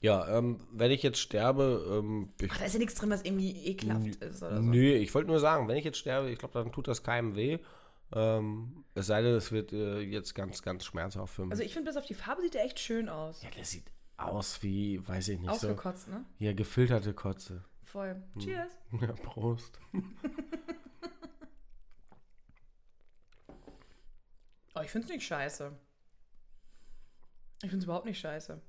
S4: Ja, ähm, wenn ich jetzt sterbe, ähm, ich,
S3: Ach, da ist ja nichts drin, was irgendwie ekelhaft ist oder so.
S4: nö, ich wollte nur sagen, wenn ich jetzt sterbe, ich glaube, dann tut das keinem weh. Ähm, es sei denn, es wird äh, jetzt ganz, ganz schmerzhaft für mich.
S3: Also ich finde, bis auf die Farbe sieht er echt schön aus.
S4: ja, der sieht aus wie, weiß ich nicht, so. Hm.
S3: Ausgekotzt, ne?
S4: Ja, gefilterte Kotze.
S3: Voll. Cheers.
S4: Ja, Prost.
S3: Oh, ich finde es nicht scheiße. Ich finde es überhaupt nicht scheiße.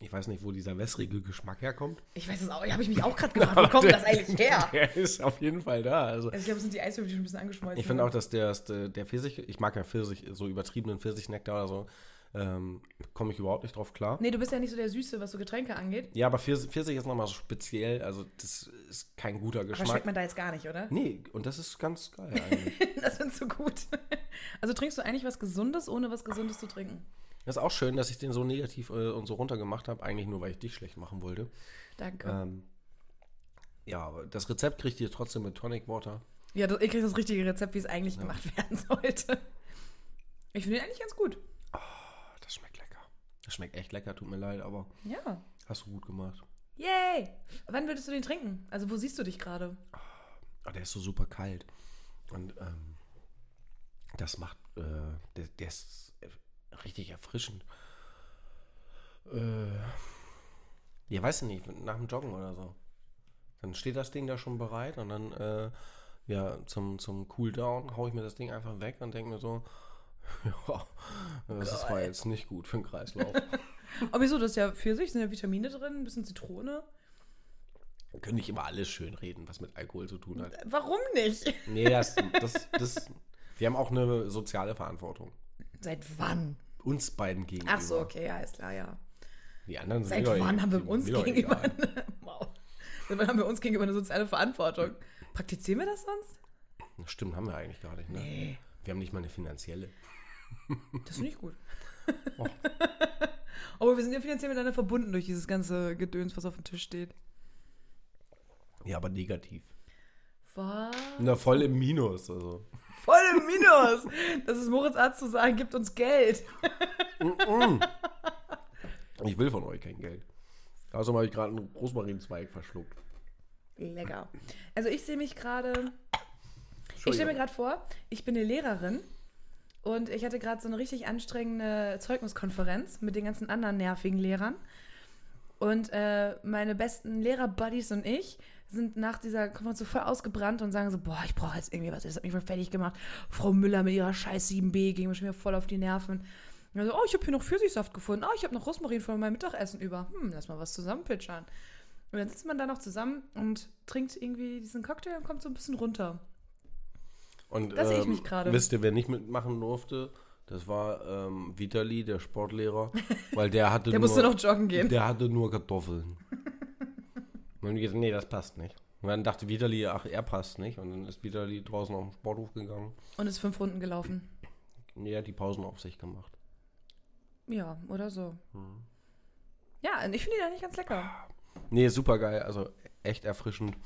S4: Ich weiß nicht, wo dieser wässrige Geschmack herkommt.
S3: Ich weiß es auch, habe ich mich auch gerade gefragt, wo kommt das eigentlich her?
S4: Der ist auf jeden Fall da. Also.
S3: Also ich glaube, es sind die Eiswürfel, die schon ein bisschen angeschmolzen
S4: Ich finde auch,
S3: sind.
S4: dass der, der Pfirsich, ich mag ja Pfirsich, so übertriebenen Pfirsichnektar oder so, ähm, komme ich überhaupt nicht drauf klar.
S3: Nee, du bist ja nicht so der Süße, was so Getränke angeht.
S4: Ja, aber Pfirsich, Pfirsich ist nochmal so speziell, also das ist kein guter
S3: Aber schmeckt
S4: Geschmack.
S3: man da jetzt gar nicht, oder?
S4: Nee, und das ist ganz geil eigentlich.
S3: Das sind so gut. Also trinkst du eigentlich was Gesundes, ohne was Gesundes zu trinken?
S4: das ist auch schön, dass ich den so negativ äh, und so runtergemacht habe, eigentlich nur, weil ich dich schlecht machen wollte.
S3: Danke.
S4: Ähm, ja, aber das Rezept kriegt ihr trotzdem mit Tonic Water.
S3: Ja, das, ihr kriegt das richtige Rezept, wie es eigentlich gemacht werden sollte. Ich finde ihn eigentlich ganz gut.
S4: Ah, Das schmeckt lecker. Das schmeckt echt lecker, tut mir leid, aber
S3: Ja.
S4: hast du gut gemacht.
S3: Yay! Wann würdest du den trinken? Also, wo siehst du dich gerade?
S4: Aber Ah, der ist so super kalt. Und ähm, das macht, äh, der, der ist äh, richtig erfrischend. Äh, ja, weiß ich nicht, nach dem Joggen oder so. Dann steht das Ding da schon bereit und dann, äh, ja, zum, zum Cooldown haue ich mir das Ding einfach weg und denke mir so, ja, das ist war jetzt nicht gut für den Kreislauf.
S3: Aber wieso? Das ist ja für sich, sind ja Vitamine drin, ein bisschen Zitrone.
S4: Könnte ich immer alles schön reden, was mit Alkohol zu tun hat.
S3: Warum nicht?
S4: Nee, das, das, das, wir haben auch eine soziale Verantwortung.
S3: Seit wann?
S4: Uns beiden gegenüber.
S3: Ach so, okay, ja, ist klar, ja.
S4: Die anderen sind
S3: Seit
S4: mir doch
S3: wann
S4: egal.
S3: haben wir
S4: Sind
S3: uns
S4: mir doch
S3: gegenüber
S4: egal.
S3: eine, wow. Seit wann haben wir uns gegenüber eine soziale Verantwortung? Praktizieren wir das sonst?
S4: Stimmt, haben wir eigentlich gar nicht. Ne?
S3: Nee.
S4: Wir haben nicht mal eine finanzielle.
S3: Das finde ich gut.
S4: Oh.
S3: Aber wir sind ja finanziell miteinander verbunden durch dieses ganze Gedöns, was auf dem Tisch steht.
S4: Ja, aber negativ.
S3: Was?
S4: Na, voll im Minus. Also.
S3: voll im Minus. Das ist Moritz Arzt zu sagen, gibt uns Geld.
S4: Ich will von euch kein Geld. Außerdem habe ich gerade einen Rosmarinzweig verschluckt.
S3: Lecker. Also ich sehe mich gerade, ich stelle
S4: Entschuldigung.
S3: mir gerade vor, ich bin eine Lehrerin und ich hatte gerade so eine richtig anstrengende Zeugniskonferenz mit den ganzen anderen nervigen Lehrern. Und äh, meine besten Lehrer-Buddies und ich sind nach dieser Konferenz so voll ausgebrannt und sagen so, boah, ich brauche jetzt irgendwie was, das hat mich voll fertig gemacht. Frau Müller mit ihrer scheiß 7b ging mir schon wieder voll auf die Nerven. Und dann so, oh, ich habe hier noch Pfirsichsaft gefunden. Oh, ich habe noch Rosmarin von meinem Mittagessen über. Hm, lass mal was zusammenpitchern. Und dann sitzt man da noch zusammen und trinkt irgendwie diesen Cocktail und kommt so ein bisschen runter.
S4: Und ähm,
S3: Da sehe ich mich gerade.
S4: wisst ihr, wer nicht mitmachen durfte? Das war ähm, Vitali, der Sportlehrer, weil der hatte
S3: Der
S4: nur,
S3: musste noch joggen gehen.
S4: Genau. Der hatte nur Kartoffeln. Und ich gesagt, nee, das passt nicht. Und dann dachte Vitali, ach, er passt nicht. Und dann ist Vitali draußen auf den Sporthof gegangen.
S3: Und ist fünf Runden gelaufen.
S4: Und er hat die Pausen auf sich gemacht.
S3: Ja, oder so.
S4: Hm.
S3: Ja, und ich finde die da nicht ganz lecker.
S4: Nee, super geil, also echt erfrischend.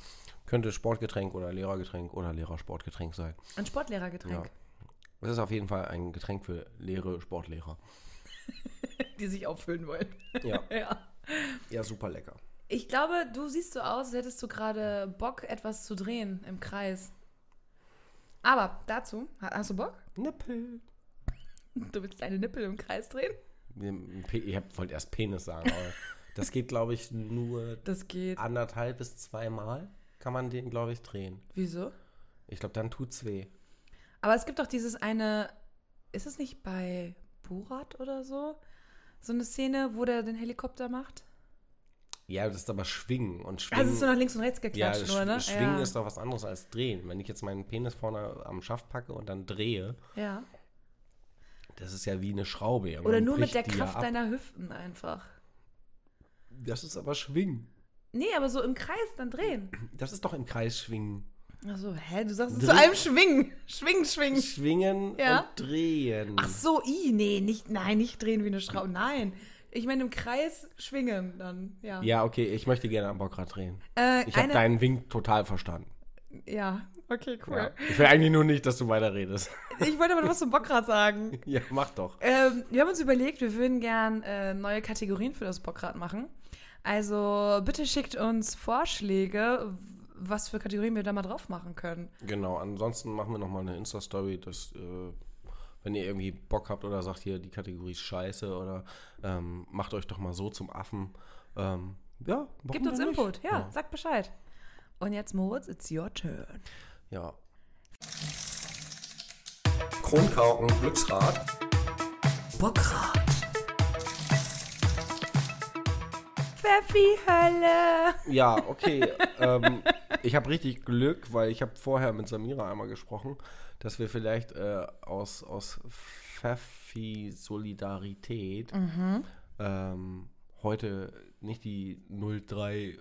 S4: Könnte Sportgetränk oder Lehrergetränk oder Lehrersportgetränk sein.
S3: Ein Sportlehrergetränk,
S4: Ja. Es ist auf jeden Fall ein Getränk für leere Sportlehrer.
S3: die sich auffüllen wollen.
S4: Ja,
S3: ja.
S4: ja, super lecker.
S3: Ich glaube, du siehst so aus, als hättest du gerade Bock, etwas zu drehen im Kreis. Aber dazu, ha- hast du Bock?
S4: Nippel.
S3: Du willst deine Nippel im Kreis drehen?
S4: Ich hab- wollte erst Penis sagen, aber das geht, glaube ich, nur
S3: Das geht.
S4: Ah. anderthalb bis zweimal kann man den, glaube ich, drehen.
S3: Wieso?
S4: Ich glaube, dann tut's weh.
S3: Aber es gibt doch dieses eine, ist es nicht bei Borat oder so? So eine Szene, wo der den Helikopter macht?
S4: Ja, das ist aber Schwingen und Schwingen.
S3: Also es ist so nach links und rechts
S4: ja,
S3: geklatscht,
S4: das
S3: oder?
S4: Schw-
S3: Ne?
S4: Schwingen
S3: ja.
S4: ist doch was anderes als drehen. Wenn ich jetzt meinen Penis vorne am Schaft packe und dann drehe,
S3: ja.
S4: das ist ja wie eine Schraube. irgendwann
S3: Oder nur mit
S4: bricht
S3: der
S4: die ja
S3: Kraft
S4: ab.
S3: deiner Hüften einfach.
S4: Das ist aber Schwingen.
S3: Nee, aber so im Kreis dann drehen.
S4: Das ist doch im Kreis Schwingen.
S3: Achso, hä? Du sagst es zu
S4: Dreh-
S3: einem Schwingen. Schwingen, schwingen.
S4: Schwingen
S3: Ja.
S4: und drehen.
S3: Ach so, i, nee, nicht, nein, nicht drehen wie eine Schraube. Nein. Ich meine, im Kreis schwingen dann, ja.
S4: Ja, okay, ich möchte gerne am Bockrad drehen.
S3: Äh,
S4: Ich habe
S3: eine,
S4: deinen Wink total verstanden.
S3: ja, okay,
S4: Ja.
S3: cool.
S4: Ich will eigentlich nur nicht, dass du weiterredest.
S3: Ich wollte aber noch was zum Bockrad sagen.
S4: ja, mach doch.
S3: Ähm, wir haben uns überlegt, wir würden gern äh, neue Kategorien für das Bockrad machen. Also bitte schickt uns Vorschläge, w- was für Kategorien wir da mal drauf machen können.
S4: Genau, ansonsten machen wir nochmal eine Insta-Story, dass, äh, wenn ihr irgendwie Bock habt oder sagt, hier, die Kategorie ist scheiße oder ähm, macht euch doch mal so zum Affen. Ähm, ja, warum
S3: Gebt uns
S4: denn nicht?
S3: Input, ja, sagt Bescheid. Und jetzt, Moritz, it's your turn.
S4: Ja. Kronkauken, Glücksrad.
S3: Bockrad. Pfeffi Hölle.
S4: Ja, okay. ähm, ich habe richtig Glück, weil ich habe vorher mit Samira einmal gesprochen, dass wir vielleicht äh, aus, aus Pfeffi-Solidarität
S3: Mhm.
S4: ähm, heute nicht die 03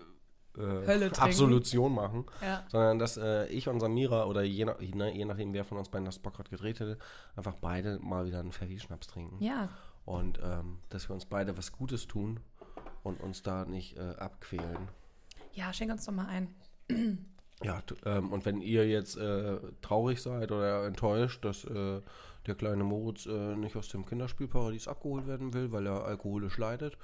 S3: Hölle
S4: äh,
S3: trinken.
S4: Absolution machen,
S3: Ja.
S4: sondern dass äh, ich und Samira oder je, nach, ne, je nachdem, wer von uns beiden das Bockrad gedreht hätte, einfach beide mal wieder einen Pfeffi-Schnaps trinken.
S3: Ja,
S4: Und ähm, dass wir uns beide was Gutes tun und uns da nicht äh, abquälen.
S3: ja, schenk uns doch mal ein.
S4: Ja, t- ähm, und wenn ihr jetzt äh, traurig seid oder enttäuscht, dass äh, der kleine Moritz äh, nicht aus dem Kinderspielparadies abgeholt werden will, weil er alkoholisch leidet,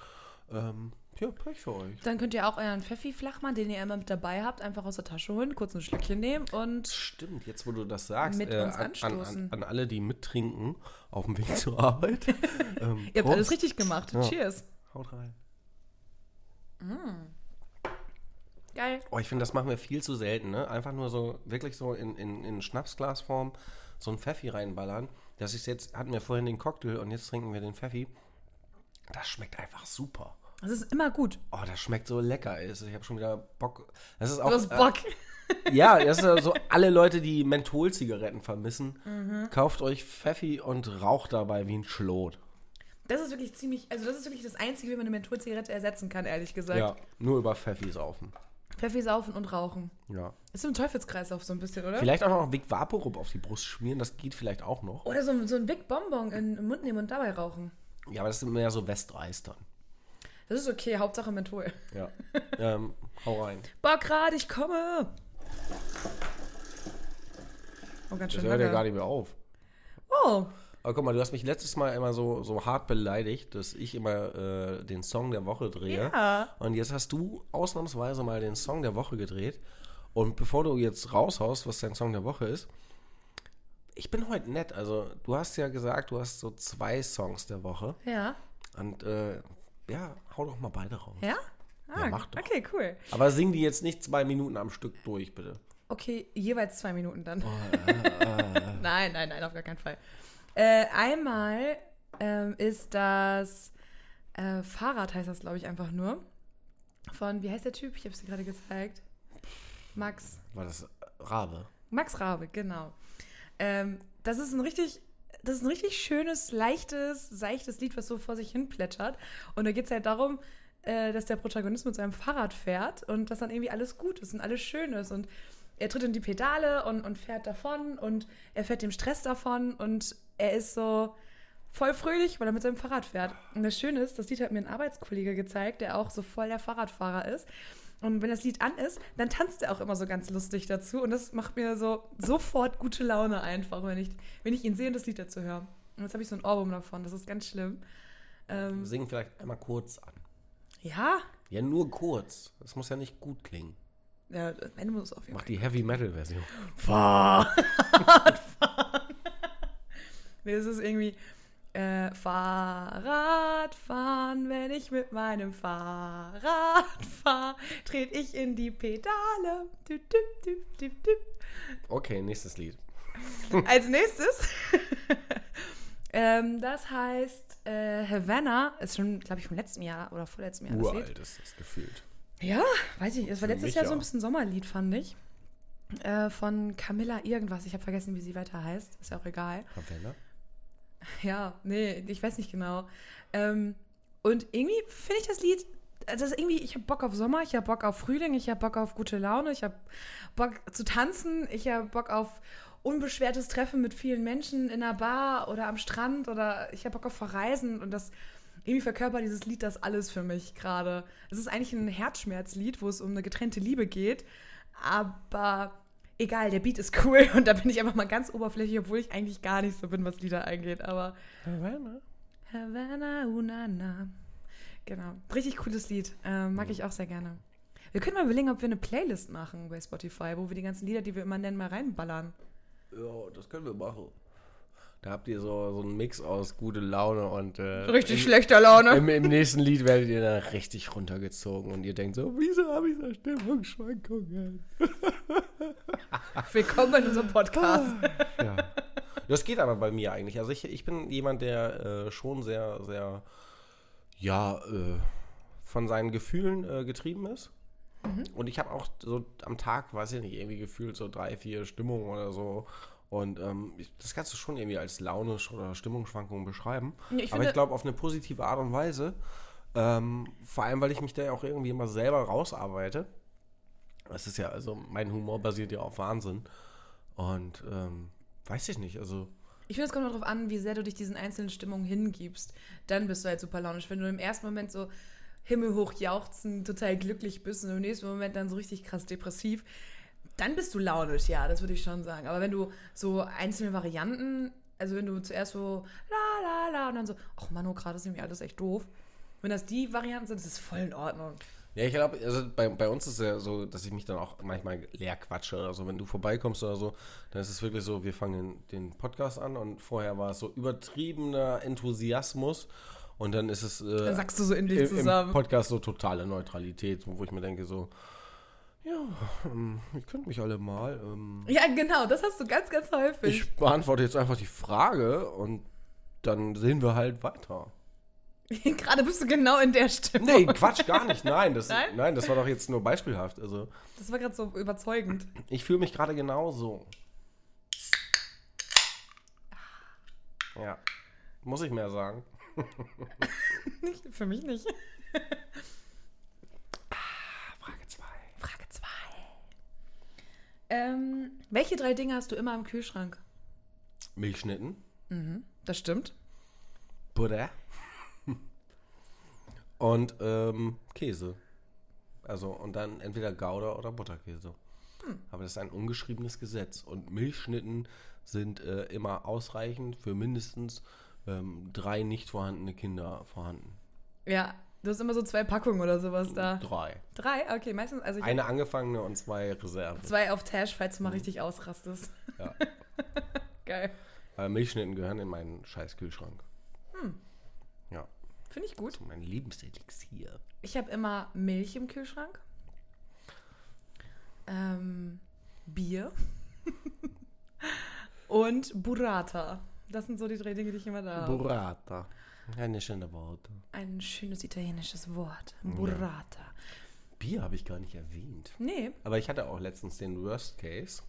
S4: ähm, ja, Pech für euch.
S3: Dann könnt ihr auch euren Pfeffi-Flachmann, den ihr immer mit dabei habt, einfach aus der Tasche holen, kurz ein Schlückchen nehmen und
S4: Stimmt, jetzt wo du das sagst,
S3: Mit
S4: äh,
S3: uns
S4: an, an, an,
S3: anstoßen.
S4: an alle, die mittrinken auf dem Weg zur Arbeit. ähm,
S3: ihr habt alles
S4: Prost.
S3: richtig gemacht.
S4: Ja.
S3: Cheers. Mm.
S4: Haut rein.
S3: Geil.
S4: Oh, ich finde, das machen wir viel zu selten, ne? Einfach nur so, wirklich so in, in, in Schnapsglasform so ein Pfeffi reinballern. Das ist jetzt, hatten wir vorhin den Cocktail und jetzt trinken wir den Pfeffi. Das schmeckt einfach super.
S3: Das ist immer gut.
S4: Oh, das schmeckt so lecker. Es- Ich habe schon wieder Bock. Das ist auch,
S3: Du hast Bock.
S4: Äh, ja, das ist ja so, alle Leute, die Menthol-Zigaretten vermissen,
S3: Mhm.
S4: kauft euch Pfeffi und raucht dabei wie ein Schlot.
S3: Das ist wirklich ziemlich, also das ist wirklich das Einzige, wie man eine Mentholzigarette ersetzen kann, ehrlich gesagt.
S4: Ja, nur über Pfeffi saufen.
S3: Pfeffi saufen und rauchen.
S4: Ja.
S3: Ist im Teufelskreislauf so ein bisschen, oder?
S4: Vielleicht auch noch Vic Vaporub auf die Brust schmieren, das geht vielleicht auch noch.
S3: Oder so, ein- so ein Big Bonbon in den Mund nehmen und dabei rauchen.
S4: Ja, aber das sind mehr so Westreistern.
S3: Das ist okay, Hauptsache Menthol.
S4: Ja. ähm, hau rein.
S3: Bockrad, ich komme! Oh, ganz
S4: Das
S3: schön
S4: hört ja
S3: lange.
S4: gar nicht mehr auf.
S3: Oh,
S4: Aber guck mal, du hast mich letztes Mal immer so, so hart beleidigt, dass ich immer äh, den Song der Woche drehe.
S3: Ja.
S4: Und jetzt hast du ausnahmsweise mal den Song der Woche gedreht. Und bevor du jetzt raushaust, was dein Song der Woche ist, ich bin heute nett. Also, du hast ja gesagt, du hast so zwei Songs der Woche.
S3: ja.
S4: Und äh, ja, hau doch mal beide raus.
S3: Ja? Ah,
S4: Ja, mach doch.
S3: Okay, cool.
S4: Aber sing die jetzt nicht zwei Minuten am Stück durch, bitte.
S3: Okay, jeweils zwei Minuten dann. nein, nein, nein, auf gar keinen Fall. Äh, einmal ähm, ist das äh, Fahrrad, heißt das, glaube ich, einfach nur. Von, wie heißt der Typ? Ich habe es dir gerade gezeigt. Max.
S4: War das Rabe?
S3: Max Rabe, genau. Ähm, das ist ein richtig. Das ist ein richtig schönes, leichtes, seichtes Lied, was so vor sich hin plätschert. Und da geht es halt darum, äh, dass der Protagonist mit seinem Fahrrad fährt und dass dann irgendwie alles gut ist und alles schön ist. Und er tritt in die Pedale und, und fährt davon und er fährt dem Stress davon und er ist so voll fröhlich, weil er mit seinem Fahrrad fährt. Und das Schöne ist, das Lied hat mir ein Arbeitskollege gezeigt, der auch so voll der Fahrradfahrer ist. Und wenn das Lied an ist, dann tanzt er auch immer so ganz lustig dazu. Und das macht mir so sofort gute Laune einfach, wenn ich, wenn ich ihn sehe und das Lied dazu höre. Und jetzt habe ich so ein Ohrwurm davon, das ist ganz schlimm. Ähm,
S4: Sing vielleicht einmal kurz an.
S3: ja,
S4: Ja, nur kurz. Das muss ja nicht gut klingen.
S3: ja, am Ende muss es auf jeden
S4: Mach
S3: Fall.
S4: die Heavy Metal Version.
S3: Fahrradfahren. nee, es ist irgendwie äh, Fahrradfahren, wenn ich mit meinem Fahrrad fahre, trete ich in die Pedale. Dü, dü, dü, dü, dü.
S4: Okay, nächstes Lied. Hm.
S3: Als nächstes. ähm, das heißt, äh, Havana ist schon, glaube ich, vom letzten Jahr oder vorletzten Jahr. das Lied.
S4: Uralt ist das gefühlt.
S3: Ja, weiß ich nicht. Es war
S4: Für
S3: letztes
S4: mich
S3: Jahr so ein
S4: ja.
S3: bisschen Sommerlied, fand ich. Äh, von Camilla irgendwas. Ich habe vergessen, wie sie weiter heißt. Ist ja auch egal.
S4: Havana?
S3: Ja, nee, ich weiß nicht genau. Ähm, und irgendwie finde ich das Lied, also das ist irgendwie, ich habe Bock auf Sommer, ich habe Bock auf Frühling, ich habe Bock auf gute Laune, ich habe Bock zu tanzen, ich habe Bock auf unbeschwertes Treffen mit vielen Menschen in einer Bar oder am Strand oder ich habe Bock auf Verreisen und das irgendwie verkörpert dieses Lied das alles für mich gerade. Es ist eigentlich ein Herzschmerzlied, wo es um eine getrennte Liebe geht, aber egal, der Beat ist cool und da bin ich einfach mal ganz oberflächlich, obwohl ich eigentlich gar nicht so bin, was Lieder angeht, aber
S4: Havana?
S3: Havana Unana. Genau. Richtig cooles Lied. Ähm, mag ich auch sehr gerne. Wir können mal überlegen, ob wir eine Playlist machen bei Spotify, wo wir die ganzen Lieder, die wir immer nennen, mal reinballern.
S4: Ja, das können wir machen. Da habt ihr so, so einen Mix aus gute Laune und. Äh,
S3: Richtig
S4: im,
S3: schlechter Laune.
S4: Im, Im nächsten Lied werdet ihr dann richtig runtergezogen und ihr denkt so: Wieso habe ich so Stimmungsschwankungen?
S3: Willkommen in unserem
S4: Ah.
S3: Podcast.
S4: Ja. Das geht aber bei mir eigentlich. Also ich, ich bin jemand, der äh, schon sehr, sehr, ja, äh, von seinen Gefühlen äh, getrieben ist.
S3: Mhm.
S4: Und ich habe auch so am Tag, weiß ich nicht, irgendwie gefühlt so drei, vier Stimmungen oder so. Und ähm, ich, das kannst du schon irgendwie als Laune sch- oder Stimmungsschwankungen beschreiben.
S3: Ja, ich
S4: aber
S3: finde-
S4: ich glaube, auf eine positive Art und Weise. Ähm, vor allem, weil ich mich da ja auch irgendwie immer selber rausarbeite. Das ist ja, also mein Humor basiert ja auf Wahnsinn. Und ähm, weiß ich nicht, also
S3: Ich finde, es kommt darauf an, wie sehr du dich diesen einzelnen Stimmungen hingibst. Dann bist du halt super launisch. Wenn du im ersten Moment so himmelhoch jauchzend, total glücklich bist und im nächsten Moment dann so richtig krass depressiv, dann bist du launisch, ja, das würde ich schon sagen. Aber wenn du so einzelne Varianten, also wenn du zuerst so la la la und dann so, ach Mann, oh, gerade ist nämlich alles echt doof. Wenn das die Varianten sind, ist es voll in Ordnung.
S4: Ja, ich glaube, also bei, bei uns ist ja so, dass ich mich dann auch manchmal leer quatsche oder so. Wenn du vorbeikommst oder so, dann ist es wirklich so, wir fangen den, den Podcast an und vorher war es so übertriebener Enthusiasmus und dann ist es äh,
S3: Dann sackst du so in dich
S4: im, im
S3: zusammen.
S4: Podcast so totale Neutralität, wo ich mir denke so, ja, ähm, ihr könnt mich alle mal. Ähm,
S3: Ja, genau, das hast du ganz, ganz häufig.
S4: ich beantworte jetzt einfach die Frage und dann sehen wir halt weiter.
S3: gerade bist du genau in der Stimmung.
S4: Nee, Quatsch, gar nicht. Nein, das,
S3: Nein?
S4: nein? das war doch jetzt nur beispielhaft. Also,
S3: Das war gerade so überzeugend.
S4: ich fühle mich gerade genauso. Ja. Muss ich mehr sagen.
S3: Für mich nicht.
S4: Frage 2.
S3: Frage 2. Ähm, welche drei Dinge hast du immer im Kühlschrank?
S4: Milchschnitten.
S3: Das stimmt.
S4: Butter. Und ähm, Käse. Also, und dann entweder Gouda oder Butterkäse. Aber das ist ein ungeschriebenes Gesetz. Und Milchschnitten sind äh, immer ausreichend für mindestens ähm, drei nicht vorhandene Kinder vorhanden.
S3: Ja, du hast immer so zwei Packungen oder sowas da.
S4: Drei.
S3: Drei? Okay, meistens. Also ich
S4: Eine angefangene und zwei Reserve.
S3: zwei auf Tash, falls du mal richtig ausrastest.
S4: Ja.
S3: Geil.
S4: Weil Äh, Milchschnitten gehören in meinen scheiß Kühlschrank. Ja,
S3: Finde ich gut.
S4: so mein Lebenselixier.
S3: Ich habe immer Milch im Kühlschrank. Ähm, Bier. Und Burrata. Das sind so die drei Dinge, die ich immer da habe.
S4: Burrata. Eine schöne Worte.
S3: Ein schönes italienisches Wort. Burrata.
S4: Bier habe ich gar nicht erwähnt.
S3: Nee.
S4: Aber ich hatte auch letztens den Worst Case.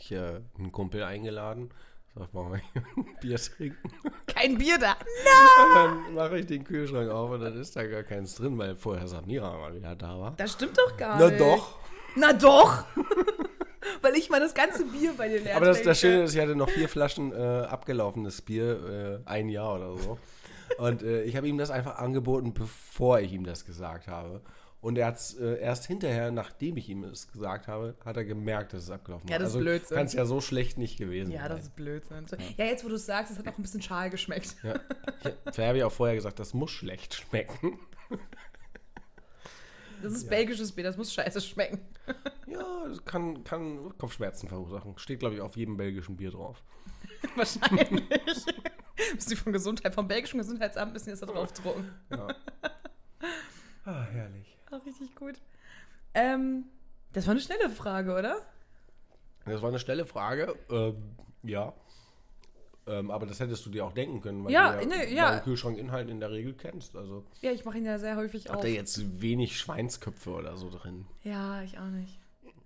S4: Ich äh, einen Kumpel eingeladen. Sag, wollen wir ein Bier trinken?
S3: Kein Bier da.
S4: Und dann mache ich den Kühlschrank auf und dann ist da gar keins drin, weil vorher Samira mal wieder da war.
S3: Das stimmt doch gar
S4: Na
S3: nicht.
S4: doch.
S3: Na doch. Weil ich mal das ganze Bier bei dir leer
S4: Aber das, das
S3: trinke.
S4: Schöne ist, ich hatte noch vier Flaschen äh, abgelaufenes Bier, äh, ein Jahr oder so. Und äh, ich habe ihm das einfach angeboten, bevor ich ihm das gesagt habe. Und er hat es äh, erst hinterher, nachdem ich ihm es gesagt habe, hat er gemerkt, dass es abgelaufen war.
S3: Ja, das ist Blödsinn.
S4: Kann es ja so schlecht nicht gewesen
S3: Ja,
S4: sein.
S3: das ist Blödsinn. So- Ja, jetzt wo du es sagst, es hat auch ein bisschen schal geschmeckt.
S4: Ja. Ich- Vielleicht habe ich auch vorher gesagt, das muss schlecht schmecken.
S3: Das ist belgisches Bier, das muss scheiße schmecken.
S4: Ja, das kann, kann Kopfschmerzen verursachen. Steht, glaube ich, auf jedem belgischen Bier drauf.
S3: Wahrscheinlich. Bist du vom Gesundheit, vom belgischen Gesundheitsamt müssen jetzt da drauf drucken.
S4: Ja. ah, herrlich.
S3: Auch richtig gut. Ähm, das war eine schnelle Frage, oder?
S4: Das war eine schnelle Frage. Ähm, ja. Ähm, aber das hättest du dir auch denken können, weil
S3: Ja,
S4: du ja,
S3: nee, ja.
S4: deinen Kühlschrankinhalt in der Regel kennst. Also
S3: Ja, ich mache ihn ja sehr häufig auf.
S4: hat er jetzt wenig Schweinsköpfe oder so drin.
S3: Ja, ich auch nicht.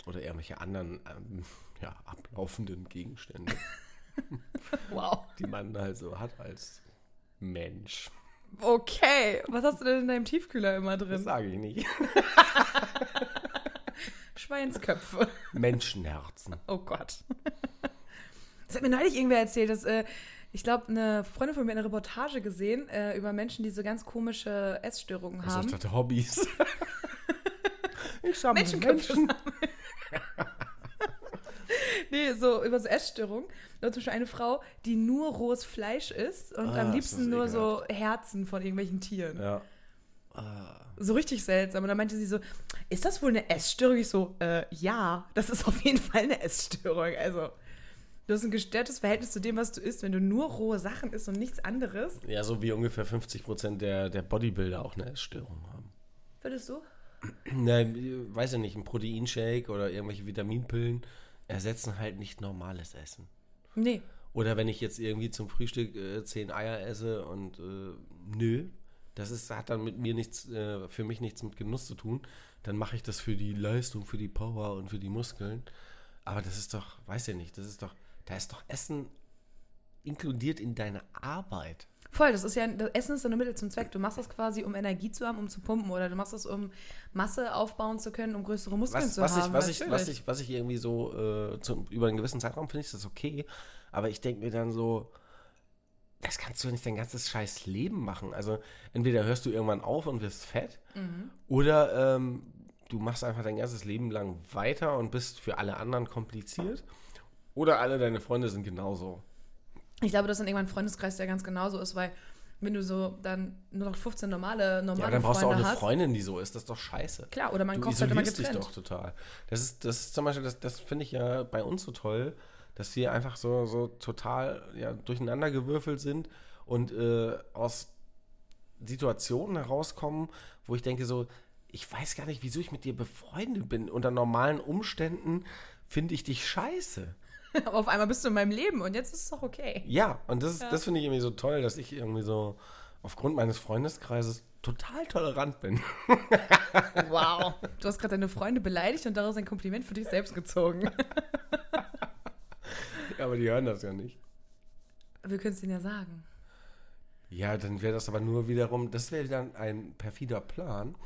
S4: Oder irgendwelche anderen ähm, ja, ablaufenden Gegenstände,
S3: Wow.
S4: die man halt so hat als Mensch.
S3: Okay, was hast du denn in deinem Tiefkühler immer
S4: Das
S3: drin?
S4: sage ich nicht.
S3: Schweinsköpfe.
S4: Menschenherzen.
S3: Oh Gott. Das hat mir neulich irgendwer erzählt, dass äh, ich glaube, eine Freundin von mir hat eine Reportage gesehen äh, über Menschen, die so ganz komische Essstörungen
S4: Also ich
S3: haben.
S4: dachte, Hobbys. ich sammle
S3: Menschenköpfe Nee, so über so Essstörungen. Da war zum Beispiel eine Frau, die nur rohes Fleisch isst und
S4: Ah,
S3: am
S4: das
S3: liebsten
S4: ist
S3: nur so Herzen von irgendwelchen Tieren.
S4: Ja.
S3: So richtig seltsam. Und dann meinte sie so, ist das wohl eine Essstörung? Ich so, äh, ja, das ist auf jeden Fall eine Essstörung. Also, du hast ein gestörtes Verhältnis zu dem, was du isst, wenn du nur rohe Sachen isst und nichts anderes.
S4: ja, so wie ungefähr 50 Prozent der, der Bodybuilder auch eine Essstörung haben.
S3: Würdest du?
S4: Nein, weiß ich nicht, ein Proteinshake oder irgendwelche Vitaminpillen ersetzen halt nicht normales Essen.
S3: Nee.
S4: Oder wenn ich jetzt irgendwie zum Frühstück äh, zehn Eier esse und äh, nö, das ist, hat dann mit mir nichts, äh, für mich nichts mit Genuss zu tun, dann mache ich das für die Leistung, für die Power und für die Muskeln. Aber das ist doch, weiß ich nicht, das ist doch, da ist doch Essen inkludiert in deine Arbeit.
S3: Voll, das ist ja, das Essen ist ja nur Mittel zum Zweck. Du machst das quasi, um Energie zu haben, um zu pumpen. Oder du machst das, um Masse aufbauen zu können, um größere Muskeln
S4: was,
S3: zu
S4: was,
S3: haben.
S4: ich, was, ich, was,
S3: natürlich.
S4: ich, was ich irgendwie so äh, zum, über einen gewissen Zeitraum finde ich das okay, aber ich denke mir dann so, das kannst du nicht dein ganzes scheiß Leben machen. Also entweder hörst du irgendwann auf und wirst fett
S3: Mhm.
S4: oder ähm, du machst einfach dein ganzes Leben lang weiter und bist für alle anderen kompliziert oder alle deine Freunde sind genauso.
S3: Ich glaube, dass dann irgendwann ein Freundeskreis der ganz genauso ist, weil wenn du so dann nur noch 15 normale, normale
S4: Ja, aber dann brauchst
S3: Freunde
S4: du auch eine
S3: hast.
S4: Freundin, die so ist. Das ist doch scheiße.
S3: Klar, oder man
S4: du
S3: kocht halt immer
S4: isolierst dich
S3: getrennt.
S4: doch total. Das ist, das ist zum Beispiel, das, das finde ich ja bei uns so toll, dass wir einfach so, so total ja, durcheinander gewürfelt sind und äh, aus Situationen herauskommen, wo ich denke so, ich weiß gar nicht, wieso ich mit dir befreundet bin. Unter normalen Umständen finde ich dich scheiße.
S3: Aber auf einmal bist du in meinem Leben und jetzt ist es auch okay.
S4: Ja, und das, ist- das finde ich irgendwie so toll, dass ich irgendwie so aufgrund meines Freundeskreises total tolerant bin.
S3: Wow. Du hast gerade deine Freunde beleidigt und daraus ein Kompliment für dich selbst gezogen.
S4: Aber die hören das ja nicht.
S3: Wir können es denen ja sagen.
S4: Ja, dann wäre das aber nur wiederum, das wäre dann ein perfider Plan,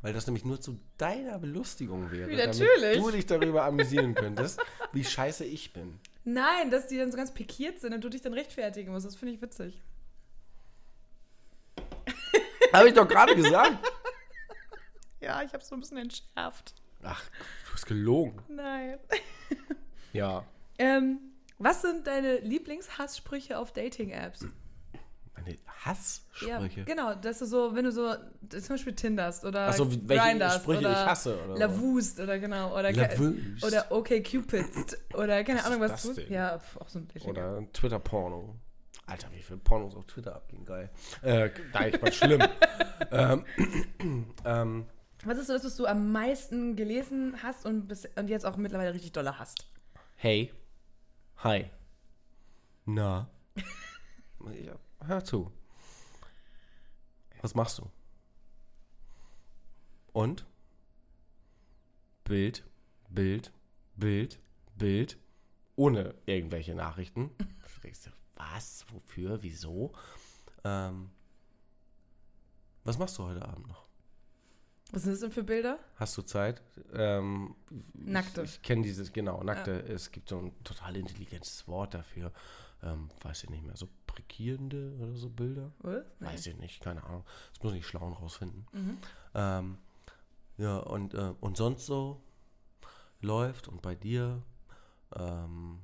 S4: weil das nämlich nur zu deiner Belustigung wäre,
S3: Ja, natürlich.
S4: damit du dich darüber amüsieren könntest, wie scheiße ich bin.
S3: Nein, dass die dann so ganz pikiert sind und du dich dann rechtfertigen musst. Das finde ich witzig.
S4: Habe ich doch gerade gesagt.
S3: Ja, ich habe es so ein bisschen entschärft.
S4: Ach, du hast gelogen.
S3: Nein.
S4: Ja.
S3: Ähm, was sind deine Lieblingshasssprüche auf Dating-Apps?
S4: Meine Hasssprüche.
S3: Ja, genau, dass du so, wenn du so zum Beispiel tinderst oder
S4: Ach so, wie- welche
S3: grinderst
S4: Sprüche
S3: oder
S4: ich hasse oder so.
S3: lavust oder genau oder
S4: Lavust.
S3: oder okay cupidst oder keine
S4: Was
S3: Ahnung
S4: ist
S3: was
S4: das
S3: du
S4: denn?
S3: ja pf, auch so ein bisschen
S4: Oder ein Twitter-Porno. Alter, wie viele Pornos auf Twitter abgehen, geil. Äh, da ich mal schlimm. ähm, ähm,
S3: was ist so das was du am meisten gelesen hast und bis, und jetzt auch mittlerweile richtig dolle hast
S4: hey. Hi. Na. ja, hör zu. Was machst du? Und? Bild, Bild, Bild, Bild. Ohne irgendwelche Nachrichten. Du denkst dir, was, wofür, wieso? Ähm, was machst du heute Abend noch?
S3: was sind das denn für Bilder
S4: Hast du Zeit? Ähm,
S3: Nackte.
S4: Ich, ich kenne dieses, genau, nackte. Es gibt so ein total intelligentes Wort dafür. Ähm, weiß ich nicht mehr. So prägierende oder so Bilder?
S3: Was? Nein.
S4: Weiß ich nicht, keine Ahnung. Das muss ich schlauen rausfinden.
S3: Mhm.
S4: Ähm, ja, und, äh, und sonst so läuft und bei dir ähm,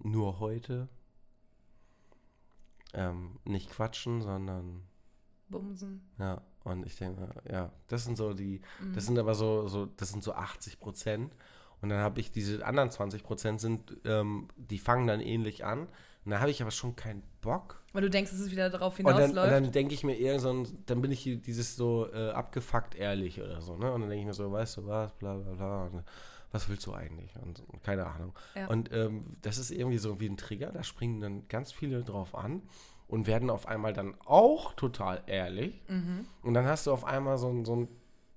S4: nur heute ähm, nicht quatschen, sondern
S3: Bumsen
S4: ja, und ich denke, ja, das sind so die, das sind aber so, so das sind so 80 Prozent. Und dann habe ich diese anderen 20 Prozent sind, ähm, die fangen dann ähnlich an. Und dann habe ich aber schon keinen Bock.
S3: weil du denkst dass es wieder darauf
S4: Und dann,
S3: hinausläuft
S4: und dann denke ich mir eher so, ein- dann bin ich hier dieses so äh, abgefuckt ehrlich oder so, ne? Und dann denke ich mir so, weißt du was, bla bla bla. Und, was willst du eigentlich? Und, und keine Ahnung.
S3: Ja.
S4: Und ähm, das ist irgendwie so wie ein Trigger, da springen dann ganz viele drauf an und werden auf einmal dann auch total ehrlich.
S3: Mhm.
S4: Und dann hast du auf einmal so einen, so einen